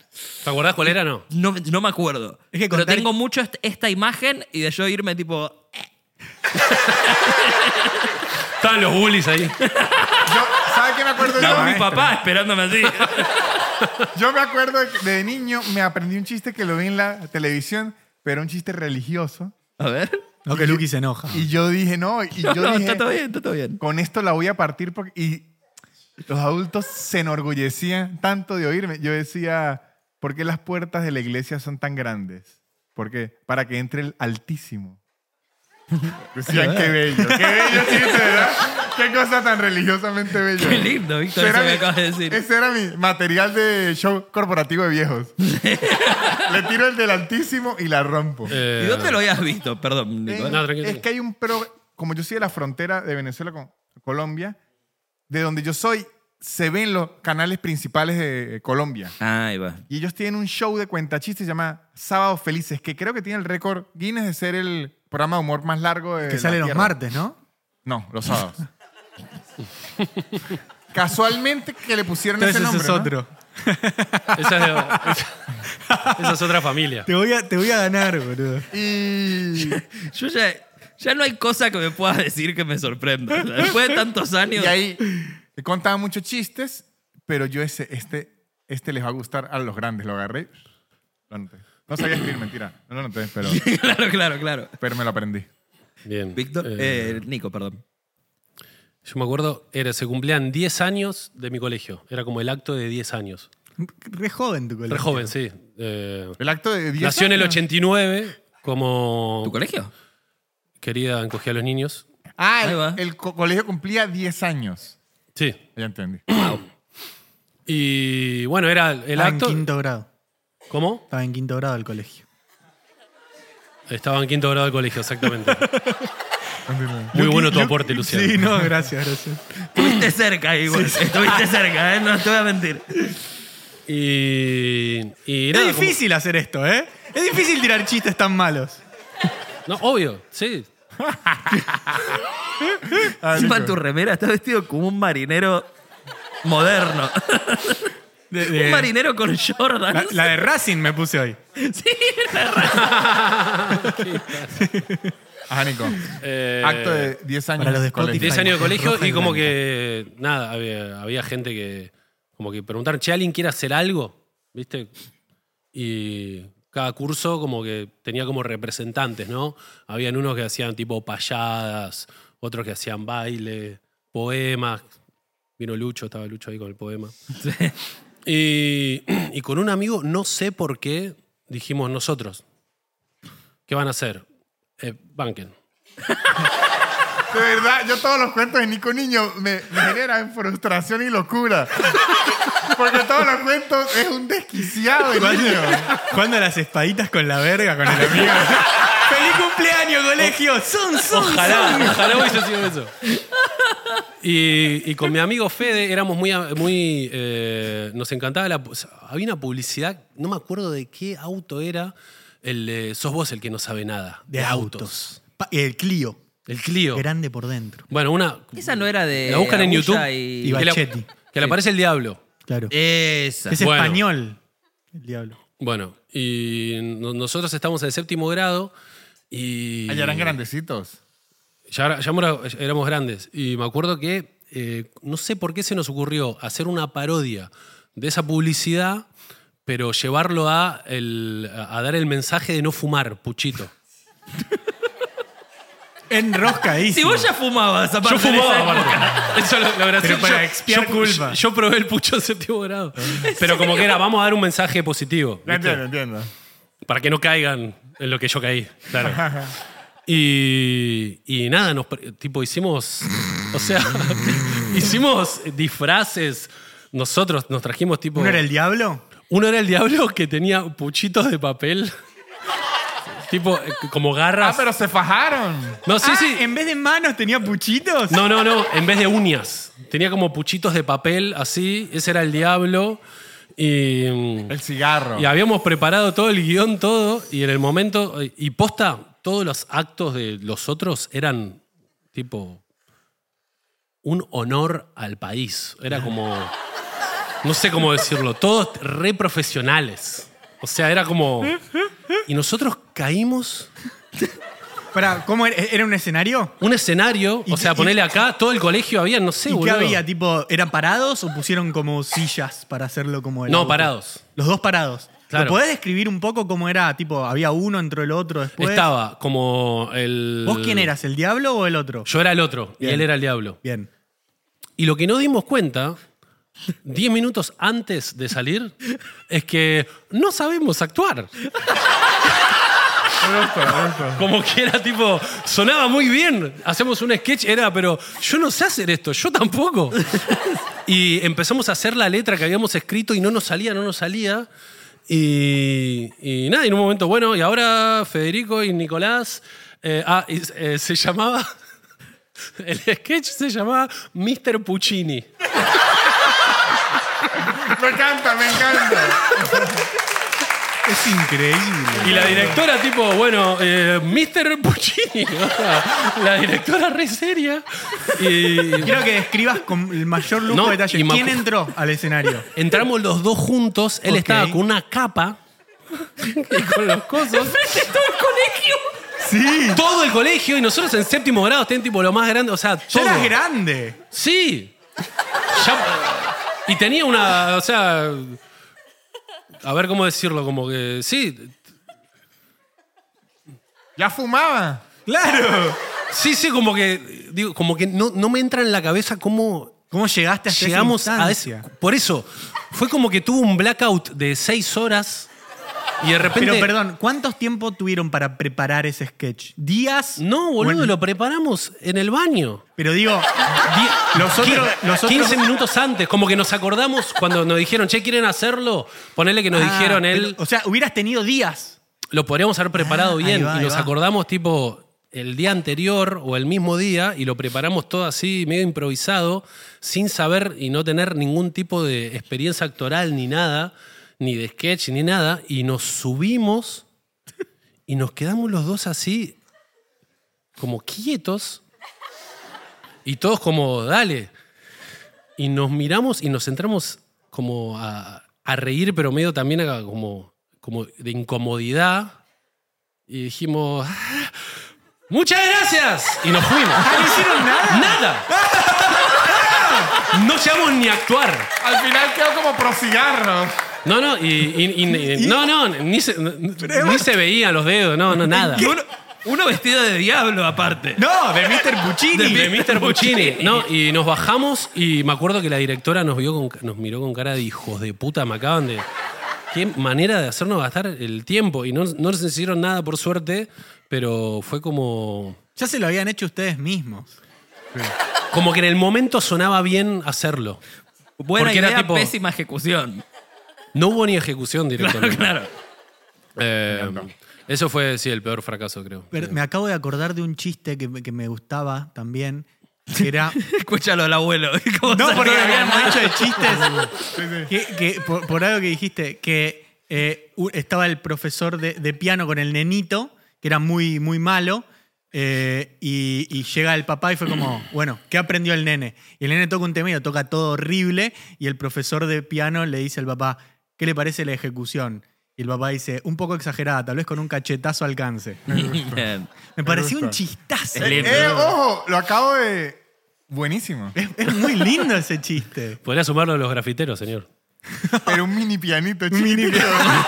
¿Te acordás cuál era? No. No, no me acuerdo. Es que Pero contar- tengo mucho est- esta imagen y de yo irme tipo. Estaban los bullies ahí. Yo, ¿Sabes qué me acuerdo yo? Estaba mi Maestro. papá esperándome así. Yo me acuerdo de, que de niño me aprendí un chiste que lo vi en la televisión, pero un chiste religioso. A ver. No, que Lucky se enoja. Y yo dije, no, y yo no, dije, está todo bien, está todo bien. con esto la voy a partir porque... Y los adultos se enorgullecían tanto de oírme. Yo decía, ¿por qué las puertas de la iglesia son tan grandes? Porque para que entre el Altísimo. Decían, qué bello, qué bello chiste, ¿verdad? Qué cosa tan religiosamente bella. Qué lindo, Víctor, Ese eso era que mi- acabas de decir. Ese era mi material de show corporativo de viejos. Le tiro el del Altísimo y la rompo. Eh, ¿Y dónde lo habías visto? Perdón, Nico. Eh, No, tranquilo. es que hay un pro. Como yo soy de la frontera de Venezuela con Colombia, de donde yo soy, se ven los canales principales de Colombia. Ahí va. Y ellos tienen un show de cuentachistes que se llama Sábados Felices, que creo que tiene el récord Guinness de ser el programa de humor más largo de. Que la sale los Tierra. martes, ¿no? No, los sábados. Casualmente que le pusieron Entonces ese eso nombre. ¿no? es otro. Esa es, de- esa es otra familia. Te voy, a, te voy a ganar, boludo. Y, Yo ya, ya no hay cosa que me puedas decir que me sorprenda. O sea, Después de tantos años. y ahí contaba muchos chistes, pero yo ese, este, este les va a gustar a los grandes. Lo agarré. Lo anoté. No sabía escribir, mentira. No lo anoté, pero, claro, claro, claro. pero me lo aprendí. Bien. Víctor, Eh, eh, Nico, perdón. Yo me acuerdo, era, se cumplían 10 años de mi colegio. Era como el acto de 10 años. Re joven tu colegio. Re joven, sí. Eh, El acto de 10 nació en el años. 89, como ¿Tu colegio? querida encogía a los niños. Ah, Ahí va. el, el co- colegio cumplía 10 años. Sí. Ya entendí. Y bueno, era el Estaba acto. en quinto grado. ¿Cómo? Estaba en quinto grado del colegio. Estaba en quinto grado del colegio, exactamente. Continúa. Muy bueno tu Yo- aporte, Luciano. Sí, no, gracias, gracias. Estuviste cerca, igual. Estuviste cerca, ¿eh? No te voy a mentir. Y, y nada, es como- difícil hacer esto, ¿eh? Es difícil tirar chistes tan malos. no, obvio, sí. Ah, Encima tu remera está vestido como un marinero moderno. De- de- un marinero con la, Jordan. la de Racing me puse hoy. Sí, la- Ajá, Nico. Eh, acto de 10 años. para los de del colegio. 10 Roja y años de colegio blanca. y como que nada, había, había gente que como que preguntaron, che, ¿alguien quiere hacer algo? ¿Viste? Y cada curso como que tenía como representantes, ¿no? Habían unos que hacían tipo payadas, otros que hacían baile, poemas. Vino Lucho, estaba Lucho ahí con el poema. Y, y con un amigo, no sé por qué, dijimos nosotros, ¿qué van a hacer? Eh, banquen. De verdad, yo todos los cuentos de Nico Niño me, me generan frustración y locura. Porque todos los cuentos es un desquiciado el niño. Jugando a las espaditas con la verga con el amigo. ¡Feliz cumpleaños, colegio! ¡Son, son, Ojalá, ojalá hubiese sido eso. Y, y con mi amigo Fede éramos muy. muy eh, nos encantaba la. pu- o sea, había una publicidad, no me acuerdo de qué auto era. El de Sos vos el que no sabe nada. De autos. Pa- el Clio. El Clio. Grande por dentro. Bueno, una. Esa no era de. La buscan en Agulla YouTube Y que, la- Bachetti. que le aparece el diablo. Claro. Esa. Eh, es bueno. español. El diablo. Bueno, y no- nosotros estamos en séptimo grado y. Allá eran grandecitos. Ya, ya éramos- ya éramos grandes. Y me acuerdo que eh, no sé por qué se nos ocurrió hacer una parodia de esa publicidad, pero llevarlo a, el- a a dar el mensaje de no fumar, puchito. Enroscadísimo. Si vos ya fumabas, aparte. Yo fumaba, de esa época. aparte. Eso lo, lo gracioso. Pero para Yo- expiar yo, culpa. Ah. Yo, yo probé el pucho en séptimo grado. Pero como que era, vamos a dar un mensaje positivo. La ¿viste? entiendo, entiendo. Para que no caigan en lo que yo caí. Claro. Y, y nada, nos, pre- tipo hicimos, o sea, hicimos disfraces. Nosotros nos trajimos tipo... ¿Uno era el diablo? uno era el diablo que tenía puchitos de papel. tipo, eh, como Ah, garras. pero se fajaron. No, sí, Ah, sí. En vez de manos tenía puchitos. No, no, no, en vez de uñas. Tenía como puchitos de papel así, ese era el diablo. Y, El cigarro. y habíamos preparado todo el guión, todo, y en el momento, y posta, todos los actos de los otros eran tipo un honor al país. Era como, no sé cómo decirlo, todos re profesionales. O sea, era como... Y nosotros caímos Pará, ¿cómo era? ¿Era un escenario? un escenario, Y- o sea, y- ponele acá, todo el colegio había, no sé, ¿Y qué boludo. había? ¿Tipo, eran parados o pusieron como sillas para hacerlo como el No, auto? parados. Los dos parados. Claro. ¿Lo podés describir un poco cómo era? Tipo, había uno entre el otro después. Estaba como el. Pues- ¿Vos quién eras? ¿El diablo o el otro? Yo era el otro y Bien. él era el diablo. Bien. Y lo que no dimos cuenta, 10 minutos antes de salir, es que no sabemos actuar. Me gusta, me gusta. Como que era tipo, sonaba muy bien. Hacemos un sketch, era, pero yo no sé hacer esto, yo tampoco. Y empezamos a hacer la letra que habíamos escrito y no nos salía, no nos salía. Y, y nada, y en un momento, bueno, y ahora Federico y Nicolás. eh, ah, y, eh, se llamaba. El sketch se llamaba Mr. Puccini. Me encanta, me encanta. Es increíble. Y la directora, tipo, bueno, eh, Mr. Puccini. o sea, la directora re seria. Y, Quiero que describas con el mayor lujo No, de detalle. y me ¿Quién acu- entró al escenario? Entramos los dos juntos, él Ok. estaba con una capa y con los cosos. Enfrente de todo el colegio. ¡Sí! Todo el colegio y nosotros en séptimo grado, estén tipo lo más grande, o sea, ¡Ya todo. eras grande! Sí. Ya- y tenía una, o sea, a ver cómo decirlo, como que sí, Ya fumaba. ¡Claro! sí, sí, como que digo, como que no, no me entra en la cabeza cómo ¿Cómo llegaste hasta llegamos esa a instancia? eso. Por eso, fue como que tuvo un blackout de seis horas y de repente. Pero perdón, ¿cuántos tiempo tuvieron para preparar ese sketch? ¿Días? No, boludo, Bueno, lo preparamos en el baño. Pero digo, Die- Los otros- quin- los otros- 15 minutos antes, como que nos acordamos cuando nos dijeron, che, ¿quieren hacerlo? Ponele que nos Ah, dijeron él, pero, o sea, hubieras tenido días. lo podríamos haber preparado Ah, ahí bien. va, y ahí nos va. acordamos tipo el día anterior o el mismo día y lo preparamos todo así, medio improvisado, sin saber y no tener ningún tipo de experiencia actoral ni nada, ni de sketch ni nada. Y nos subimos y nos quedamos los dos así, como quietos. Y todos como, dale. Y nos miramos y nos centramos como a, a reír, pero medio también a- como, como de incomodidad. Y dijimos, "Ah, muchas gracias. Y nos fuimos. Ah, ¿No hicieron nada? Nada. No llegamos ni a actuar. Al final quedó como pro cigarro. No, no, y, y- y- no, no, ni se, ni se veían los dedos, no, no, nada. Y uno, uno vestido de diablo, aparte. No, de Mr. Puccini. De Mr. Puccini. No, y nos bajamos y me acuerdo que la directora nos, vio con- nos miró con cara de hijos de puta, me acaban de... Qué manera de hacernos gastar el tiempo. Y no, no nos hicieron nada, por suerte, pero fue como... Ya se lo habían hecho ustedes mismos. Como que en el momento sonaba bien hacerlo. Buena Porque era idea, tipo- pésima ejecución. No hubo ni ejecución Claro, directamente. claro. Eh, eso fue, sí, el peor fracaso, creo. Pero me acabo de acordar de un chiste que, me- que me gustaba también, que era... Escúchalo al abuelo. ¿Cómo No, salía porque la habíamos madre? hecho de chistes. que, que por, por algo que dijiste, que eh, u- estaba el profesor de, de piano con el nenito, que era muy, muy malo. Eh, y, y llega el papá y fue como, bueno, ¿qué aprendió el nene? Y el nene toca un tema y lo toca todo horrible. Y el profesor de piano le dice al papá, ¿qué le parece la ejecución? Y el papá dice, un poco exagerada, tal vez con un cachetazo alcance. Bien. Me pareció gusta. un chistazo. Es lindo. Eh, ojo, lo acabo de. Buenísimo. Es, es muy lindo ese chiste. Podría sumarlo a los grafiteros, señor. Pero un mini pianito Mini chiquitito.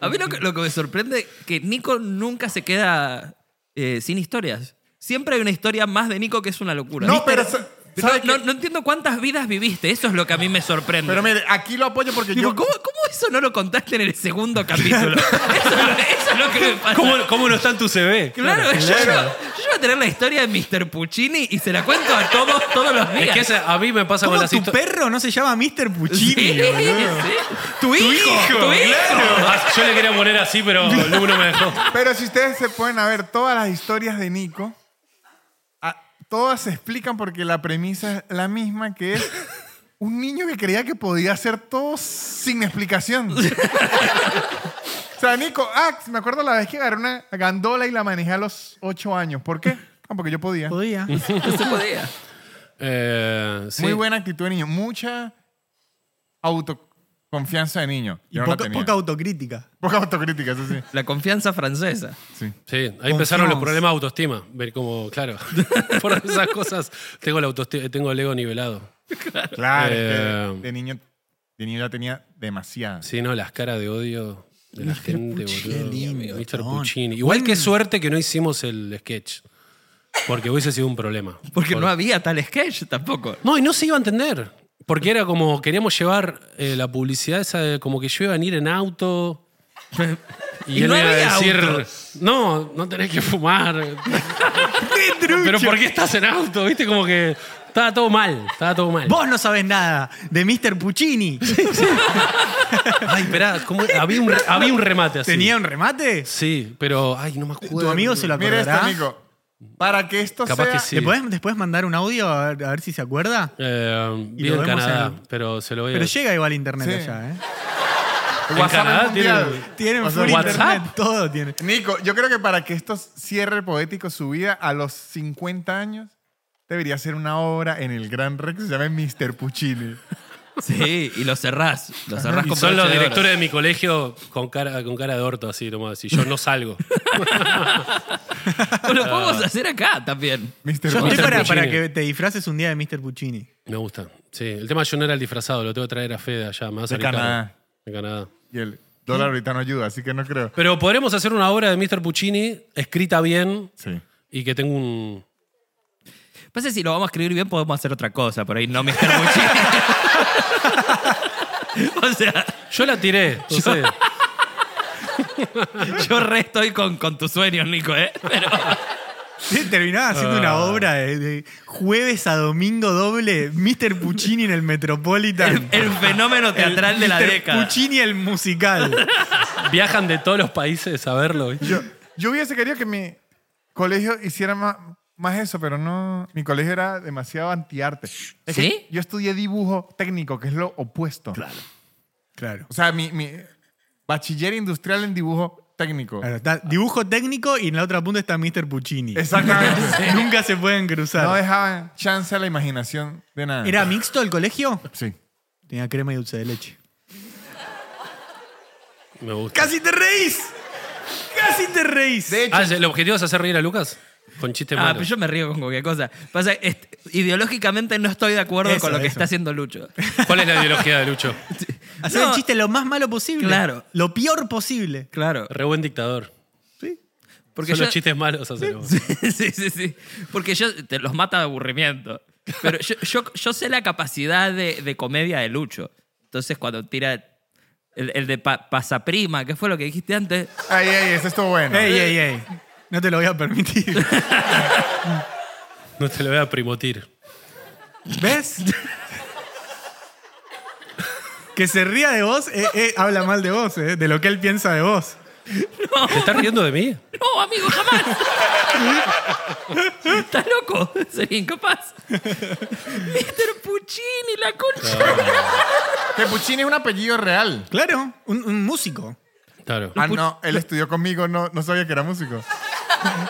A mí lo que, lo que me sorprende es que Nico nunca se queda eh, sin historias. Siempre hay una historia más de Nico que es una locura. No, ¿Viste? pero sa- No, ¿sabe no- qué? no entiendo cuántas vidas viviste. Eso es lo que a mí me sorprende. Pero mire, aquí lo apoyo porque Digo, yo. ¿cómo, cómo eso no lo contaste en el segundo capítulo? Eso, es lo- eso es lo que me pasa. no está en tu CV? Claro, yo, yo, yo voy a tener la historia de Mr. Puccini y se la cuento a todos todos los Es días. que esa- a mí me pasa con ¿Cómo las tu historias. perro no se llama Mr. Puccini? Sí, sí. Tu hijo, tu hijo. Yo le quería poner así, pero Lu no me dejó. Pero si ustedes se pueden a ver todas las historias de Nico, a- todas se explican porque la premisa es la misma, que es un niño que creía que podía hacer todo sin explicación. o sea, Nico, ah, me acuerdo la vez que agarré una gandola y la manejé a los ocho años. ¿Por qué? Ah, porque yo podía. Podía. No se podía. Eh, sí. Muy buena actitud de niño. Mucha autoconfianza de niño. Y Yo no la poca, tenía. poca autocrítica. Poca autocrítica, eso sí. La confianza francesa. sí. Sí, ahí empezaron los Confianza. problemas de autoestima. Ver cómo, claro, por esas cosas tengo, la autoesti- tengo el ego nivelado. Claro, es que Eh. de, de niño, de niño la tenía demasiada. Sí, no, las caras de odio de la Mr. gente, Puccini, boludo. lindo, Mr. chabón. Puccini. Igual que suerte que no hicimos el sketch. Porque hubiese sido un problema. Porque no había tal sketch tampoco. No, y no se iba a entender. Porque era como, queríamos llevar eh, la publicidad esa de como que yo iba a venir en auto. Y, Y él no me iba había a decir, auto. no, no tenés que fumar. Pero ¿por qué estás en auto? Viste, como que estaba todo mal, estaba todo mal. Vos no sabés nada de Mr. Puccini. Ay, esperá, ¿cómo era? había, un, re- había un remate así. ¿Tenía un remate? Sí, pero, ay, no me acuerdo. ¿Tu amigo se lo Mira esto, acordará? Nico. Para que esto Capaz sea. que sí. ¿Le podés después mandar un audio a ver, a ver si se acuerda? Eh, Y vive lo en vemos Canadá, en- pero se lo voy a... Pero llega igual internet Sí. allá, ¿eh? en WhatsApp Canadá mundial. tiene- Tienen O sea, full WhatsApp. internet, todo tiene. Nico, yo creo que para que esto cierre poético su vida a los 50 años, debería ser una obra en el Gran Rex que se llama Mr. Puccini. Sí, y lo cerrás. Lo cerrás Y con son los broche de oro. directores de mi colegio con cara, con cara de orto, así nomás. Y yo no salgo. Lo podemos hacer acá también. Mr. Yo Puccini. estoy para, para Puccini. que te disfraces un día de Mr. Puccini. Me gusta. Sí, el tema es yo no era el disfrazado, lo tengo que traer a Fede allá. Me va a salir Canadá. caro. De Canadá. Y el dólar ahorita no ayuda, así que no creo. Pero podremos hacer una obra de Mr. Puccini escrita bien Sí. y que tenga un. Pasa que si lo vamos a escribir bien, podemos hacer otra cosa. Por ahí no me escribo mucho. o sea, Yo la tiré, entonces. yo re estoy con, con tus sueños, Nico, ¿eh? Pero Sí, Terminaba haciendo una obra de, de jueves a domingo doble, Mr. Puccini en el el, Metropolitan. el fenómeno teatral de la Mr. década. Puccini el musical. Viajan de todos los países a verlo. ¿viste? Yo, yo hubiese querido que mi colegio hiciera más, más eso, pero no. Mi colegio era demasiado antiarte. Es que ¿Sí? Yo estudié dibujo técnico, que es lo opuesto. Claro. O sea, mi, mi bachiller industrial en dibujo técnico. Claro, está dibujo técnico y en la otra punta está Mr. Puccini. Exactamente. Nunca se pueden cruzar. No dejaban chance a la imaginación de nada. ¿Era mixto el colegio? Sí. Tenía crema y dulce de leche. Me gusta. ¡Casi te reís! ¡Casi te reís! De hecho, Ah, ¿El objetivo es hacer reír a Lucas? Con chistes Ah, malos. pero yo me río con cualquier cosa. Pasa, que, este, ideológicamente no estoy de acuerdo Eso, con lo que eso. está haciendo Lucho. ¿Cuál es la ideología de Lucho? Hacer No. el chiste lo más malo posible. Claro. Lo peor posible. Claro. Re buen dictador. Porque Son yo, los chistes malos. hace nomás. sí, sí, sí. Porque yo te los mata de aburrimiento. Pero yo, yo, yo sé la capacidad de, de comedia de Lucho. Entonces, cuando tira el, el de pa- pasaprima, que fue lo que dijiste antes, ay, ay, eso estuvo bueno. Ey, ey, ey. No te lo voy a permitir. No te lo voy a primotir. ¿Ves? que se ría de vos, eh, eh, habla mal de vos, eh, de lo que él piensa de vos. ¿Te estás riendo de mí? no, amigo, jamás. Está loco, sería incapaz. Mr. Puccini, la concha. Que Puccini es un apellido real. Claro, un, un músico. Claro. Ah, no, él estudió conmigo, no, no sabía que era músico.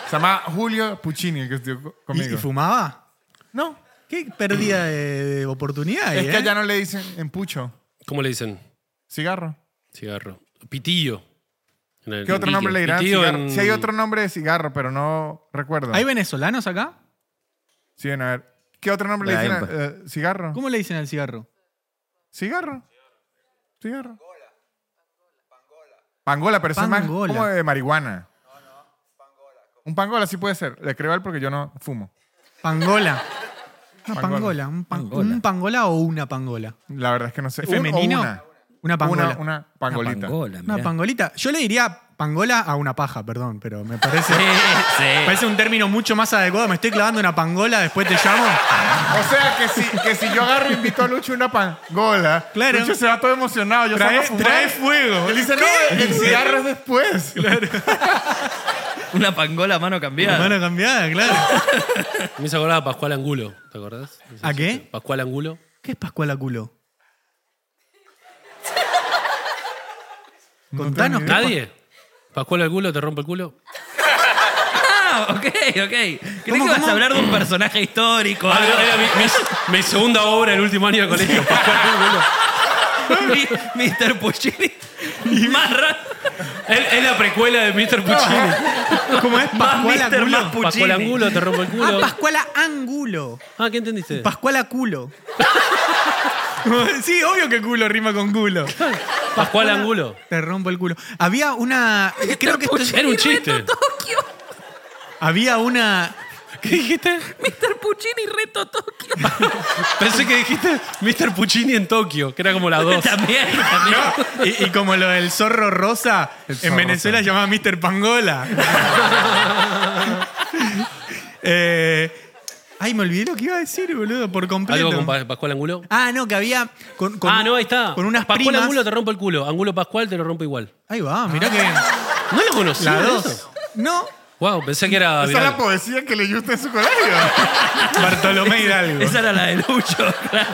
Se llama Julio Puccini, el que estudió co- ¿Y, conmigo. y fumaba? no, Qué pérdida de, de oportunidad. ahí, es que ¿eh? allá no le dicen en pucho, ¿Cómo le dicen? cigarro. Cigarro. Pitillo. En el- ¿Qué otro pitillo. nombre le dirán? Pitillo Cigarro. en- Si hay otro nombre de cigarro, pero no recuerdo. ¿Hay venezolanos acá? Sí, a ver. ¿Qué otro nombre le Ahí, dicen? a- pues. eh, cigarro. ¿Cómo le dicen al cigarro? Cigarro. Cigarro. Pangola, pero eso es más Pangola. como de marihuana. Un pangola sí puede ser. Le creo a él porque yo no fumo. Pangola. Una Pangola. pangola. Un, pan- Pangola. un pangola o una pangola. La verdad es que no sé. ¿Es Un o femenino? Una, Una pangola. Una, una pangolita. pangola, Una mirá. pangolita. Yo le diría pangola a una paja, perdón, pero me parece. Sí, me sí. parece un término mucho más adecuado. Me estoy clavando una pangola, después te llamo. O sea que si, que si yo agarro y invito a Lucho una pangola, Claro. Lucho se va todo emocionado. Yo salgo a Trae, fumar. trae fuego. Él dice, no, eh, el cigarro es después. Una pangola a mano cambiada. Mano cambiada, claro. Me hizo acordar a Pascual Angulo, ¿te acordás? ¿A qué? Pascual Angulo. ¿Qué es Pascuala culo? No tengo Contanos. ni idea. ¿Nadie? ¿Pascual Angulo te rompe el culo? Ah, ok, ok. ¿Crees ¿Cómo, que vas cómo? a hablar de un personaje histórico? Ah, algo? no, era mi, mi- mi segunda obra el último año de colegio. Pascual Angulo. Mi- Mr. Puccini. Más raro. Es es la precuela de Mr. Puccini. ¿Cómo es Más Pascuala Mr. culo? Más Puccini. Pascual Angulo te rompe el Ah, culo. Pascuala angulo. Ah, ¿qué entendiste? Pascuala culo. sí, obvio que culo rima con culo. Pascual Angulo. Te rompo el culo. Había una. Creo que esto es- Era un chiste. Tokio. había una. ¿Qué dijiste? Mr. Puccini reto Tokio. Pensé que dijiste Mr. Puccini en Tokio, que era como la Oh. dos. También, también. Y, y como lo del zorro rosa, El en zorro Venezuela rosa. llamaba Mr. Pangola. Eh, ay, me olvidé lo que iba a decir, boludo, por completo. ¿Algo con Pa- Pascual Angulo? ah, no, que había. Con, con- ah, no, ahí está. Con unas Pascual primas. Angulo te rompe el culo. Angulo Pascual te lo rompe igual. Ahí va, Ah, mirá que. ¿No lo conocí? La dos. No, Wow, pensé que era. Esa es viral. la poesía que leyó usted en su colegio. Bartolomé Hidalgo. Esa era la de Lucho. claro.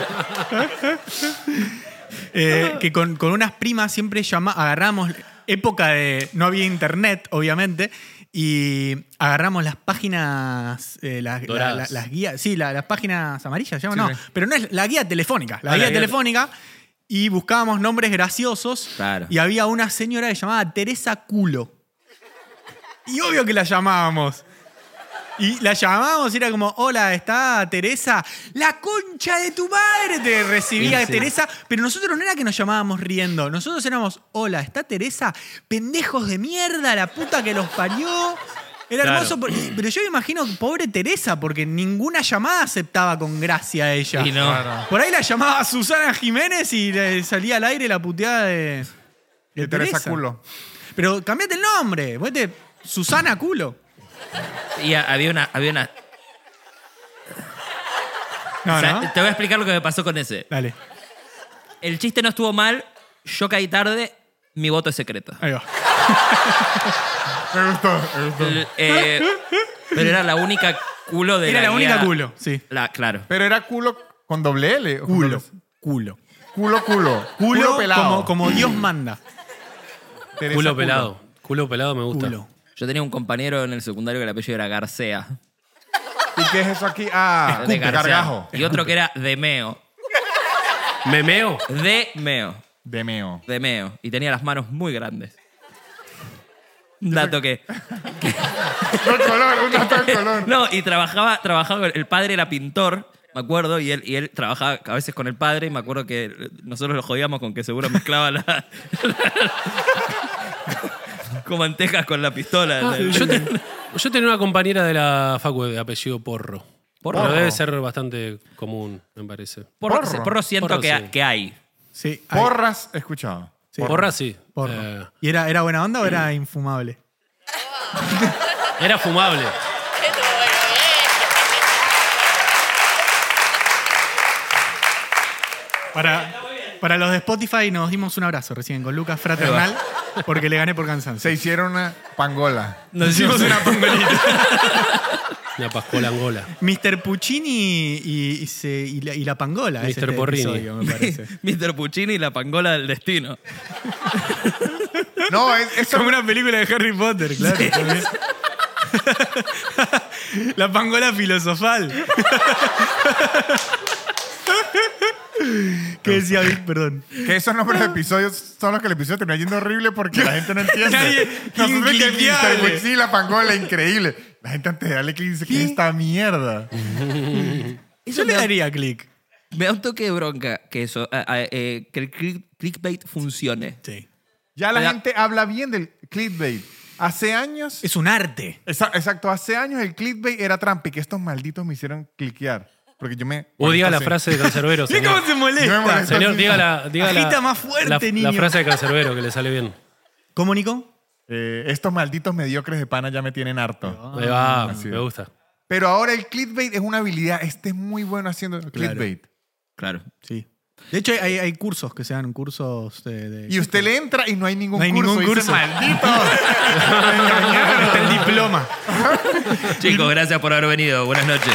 Eh, que con, con unas primas siempre llama, agarramos, época de, no había internet, obviamente, y agarramos las páginas, eh, las, la- Doradas. la- las guías, sí, la- las páginas amarillas, ¿se llaman? Sí, no, sí. pero no es la guía telefónica, la Ah, guía la guía- telefónica, y buscábamos nombres graciosos, Claro. y había una señora que llamaba Teresa Culo. Y obvio que la llamábamos. Y la llamábamos y era como, hola, está Teresa. La concha de tu madre te recibía Sí, sí. Teresa. Pero nosotros no era que nos llamábamos riendo. Nosotros éramos, hola, está Teresa. Pendejos de mierda, la puta que los parió. Era Claro. hermoso. por- Pero yo me imagino, pobre Teresa, porque ninguna llamada aceptaba con gracia a ella. Y no. Por ahí la llamaba Susana Jiménez y le salía al aire la puteada de... De Teresa Culo. Pero cambiate el nombre. Ponete Susana Culo. Y ha- había una. Había una No, o sea, no. Te voy a explicar lo que me pasó con ese. Dale. El chiste no estuvo mal. Yo caí tarde. Mi voto es secreto. Ahí va. Me gustó, me gustó. El- eh, pero era la única culo de Era la la única guía. culo, sí. La, claro. Pero era culo con doble L. ¿o con Culo. doble S? Culo. Culo, culo. Culo, pelado. Como, como Dios manda. Teresa Culo pelado. Culo pelado me gusta. Culo. Yo tenía un compañero en el secundario que el apellido era Garcea. ¿Y qué es eso aquí? Ah, De Garcea. gargajo. Y otro que era Demeo. ¿Memeo? Demeo. Demeo. Demeo. Y tenía las manos muy grandes. Un Dato que. No color, un dato de color. No, y trabajaba, trabajaba, el padre era pintor, me acuerdo, y él, y él trabajaba a veces con el padre, y me acuerdo que nosotros lo jodíamos con que seguro mezclaba la. con mantejas con la pistola. Ah, Eh, Yo, te- yo tenía una compañera de la facu de apellido Porro. Porro. Pero debe ser bastante común, me parece. Porro, Porro. porro siento Porro, que, ha- sí. que hay. Sí. ahí. Porras, he escuchado. Sí. Porra sí. Porro. Eh, ¿Y era, era buena onda o era infumable? era fumable. Para, para los de Spotify nos dimos un abrazo recién con Lucas Fraternal. Porque le gané por cansancio. Se hicieron una pangola. Nos hicimos una pangolita. Una Pascual Angola. Mr. Puccini y, y se- y la, y la pangola. es Mr. este Porrini. episodio, me parece. Mr. Puccini y la pangola del destino. No, es, es- Como una película de Harry Potter, claro. también. la pangola filosofal. ¿Qué decía Vic? Perdón. que esos nombres de episodios son los que el episodio termina yendo horrible porque la gente no entiende. Nadie- Nosotros que Incliqueable. Mr. sí, la pangola, increíble. La gente antes de darle clic dice, ¿qué es esta mierda? Eso Yo me le da- daría clic. Me da un toque de bronca que eso, a- a- eh, que el click- clickbait funcione. Sí. Ya la Ya. gente habla bien del clickbait. Hace años... Es un arte. Exa- Exacto, hace años el clickbait era trampa y que estos malditos me hicieron cliquear. Porque yo me. O diga la Sí. frase de Cancerbero, Mira señor. cómo se Yo me molesta. molesto. Señor, diga la, diga la- Agita más fuerte, la, la niño. frase de Cancerbero que le sale bien. ¿Cómo, Nico? Eh, estos malditos mediocres de pana ya me tienen harto. Ahí va, Así me es. gusta. Pero ahora el clickbait es una habilidad. Este es muy bueno haciendo clickbait. Claro. Sí. De hecho, hay, hay cursos que se dan cursos de. de- Y usted le entra y no hay ningún No hay curso. ningún Dice, curso. maldito. Está el diploma. Chicos, gracias por haber venido. Buenas noches.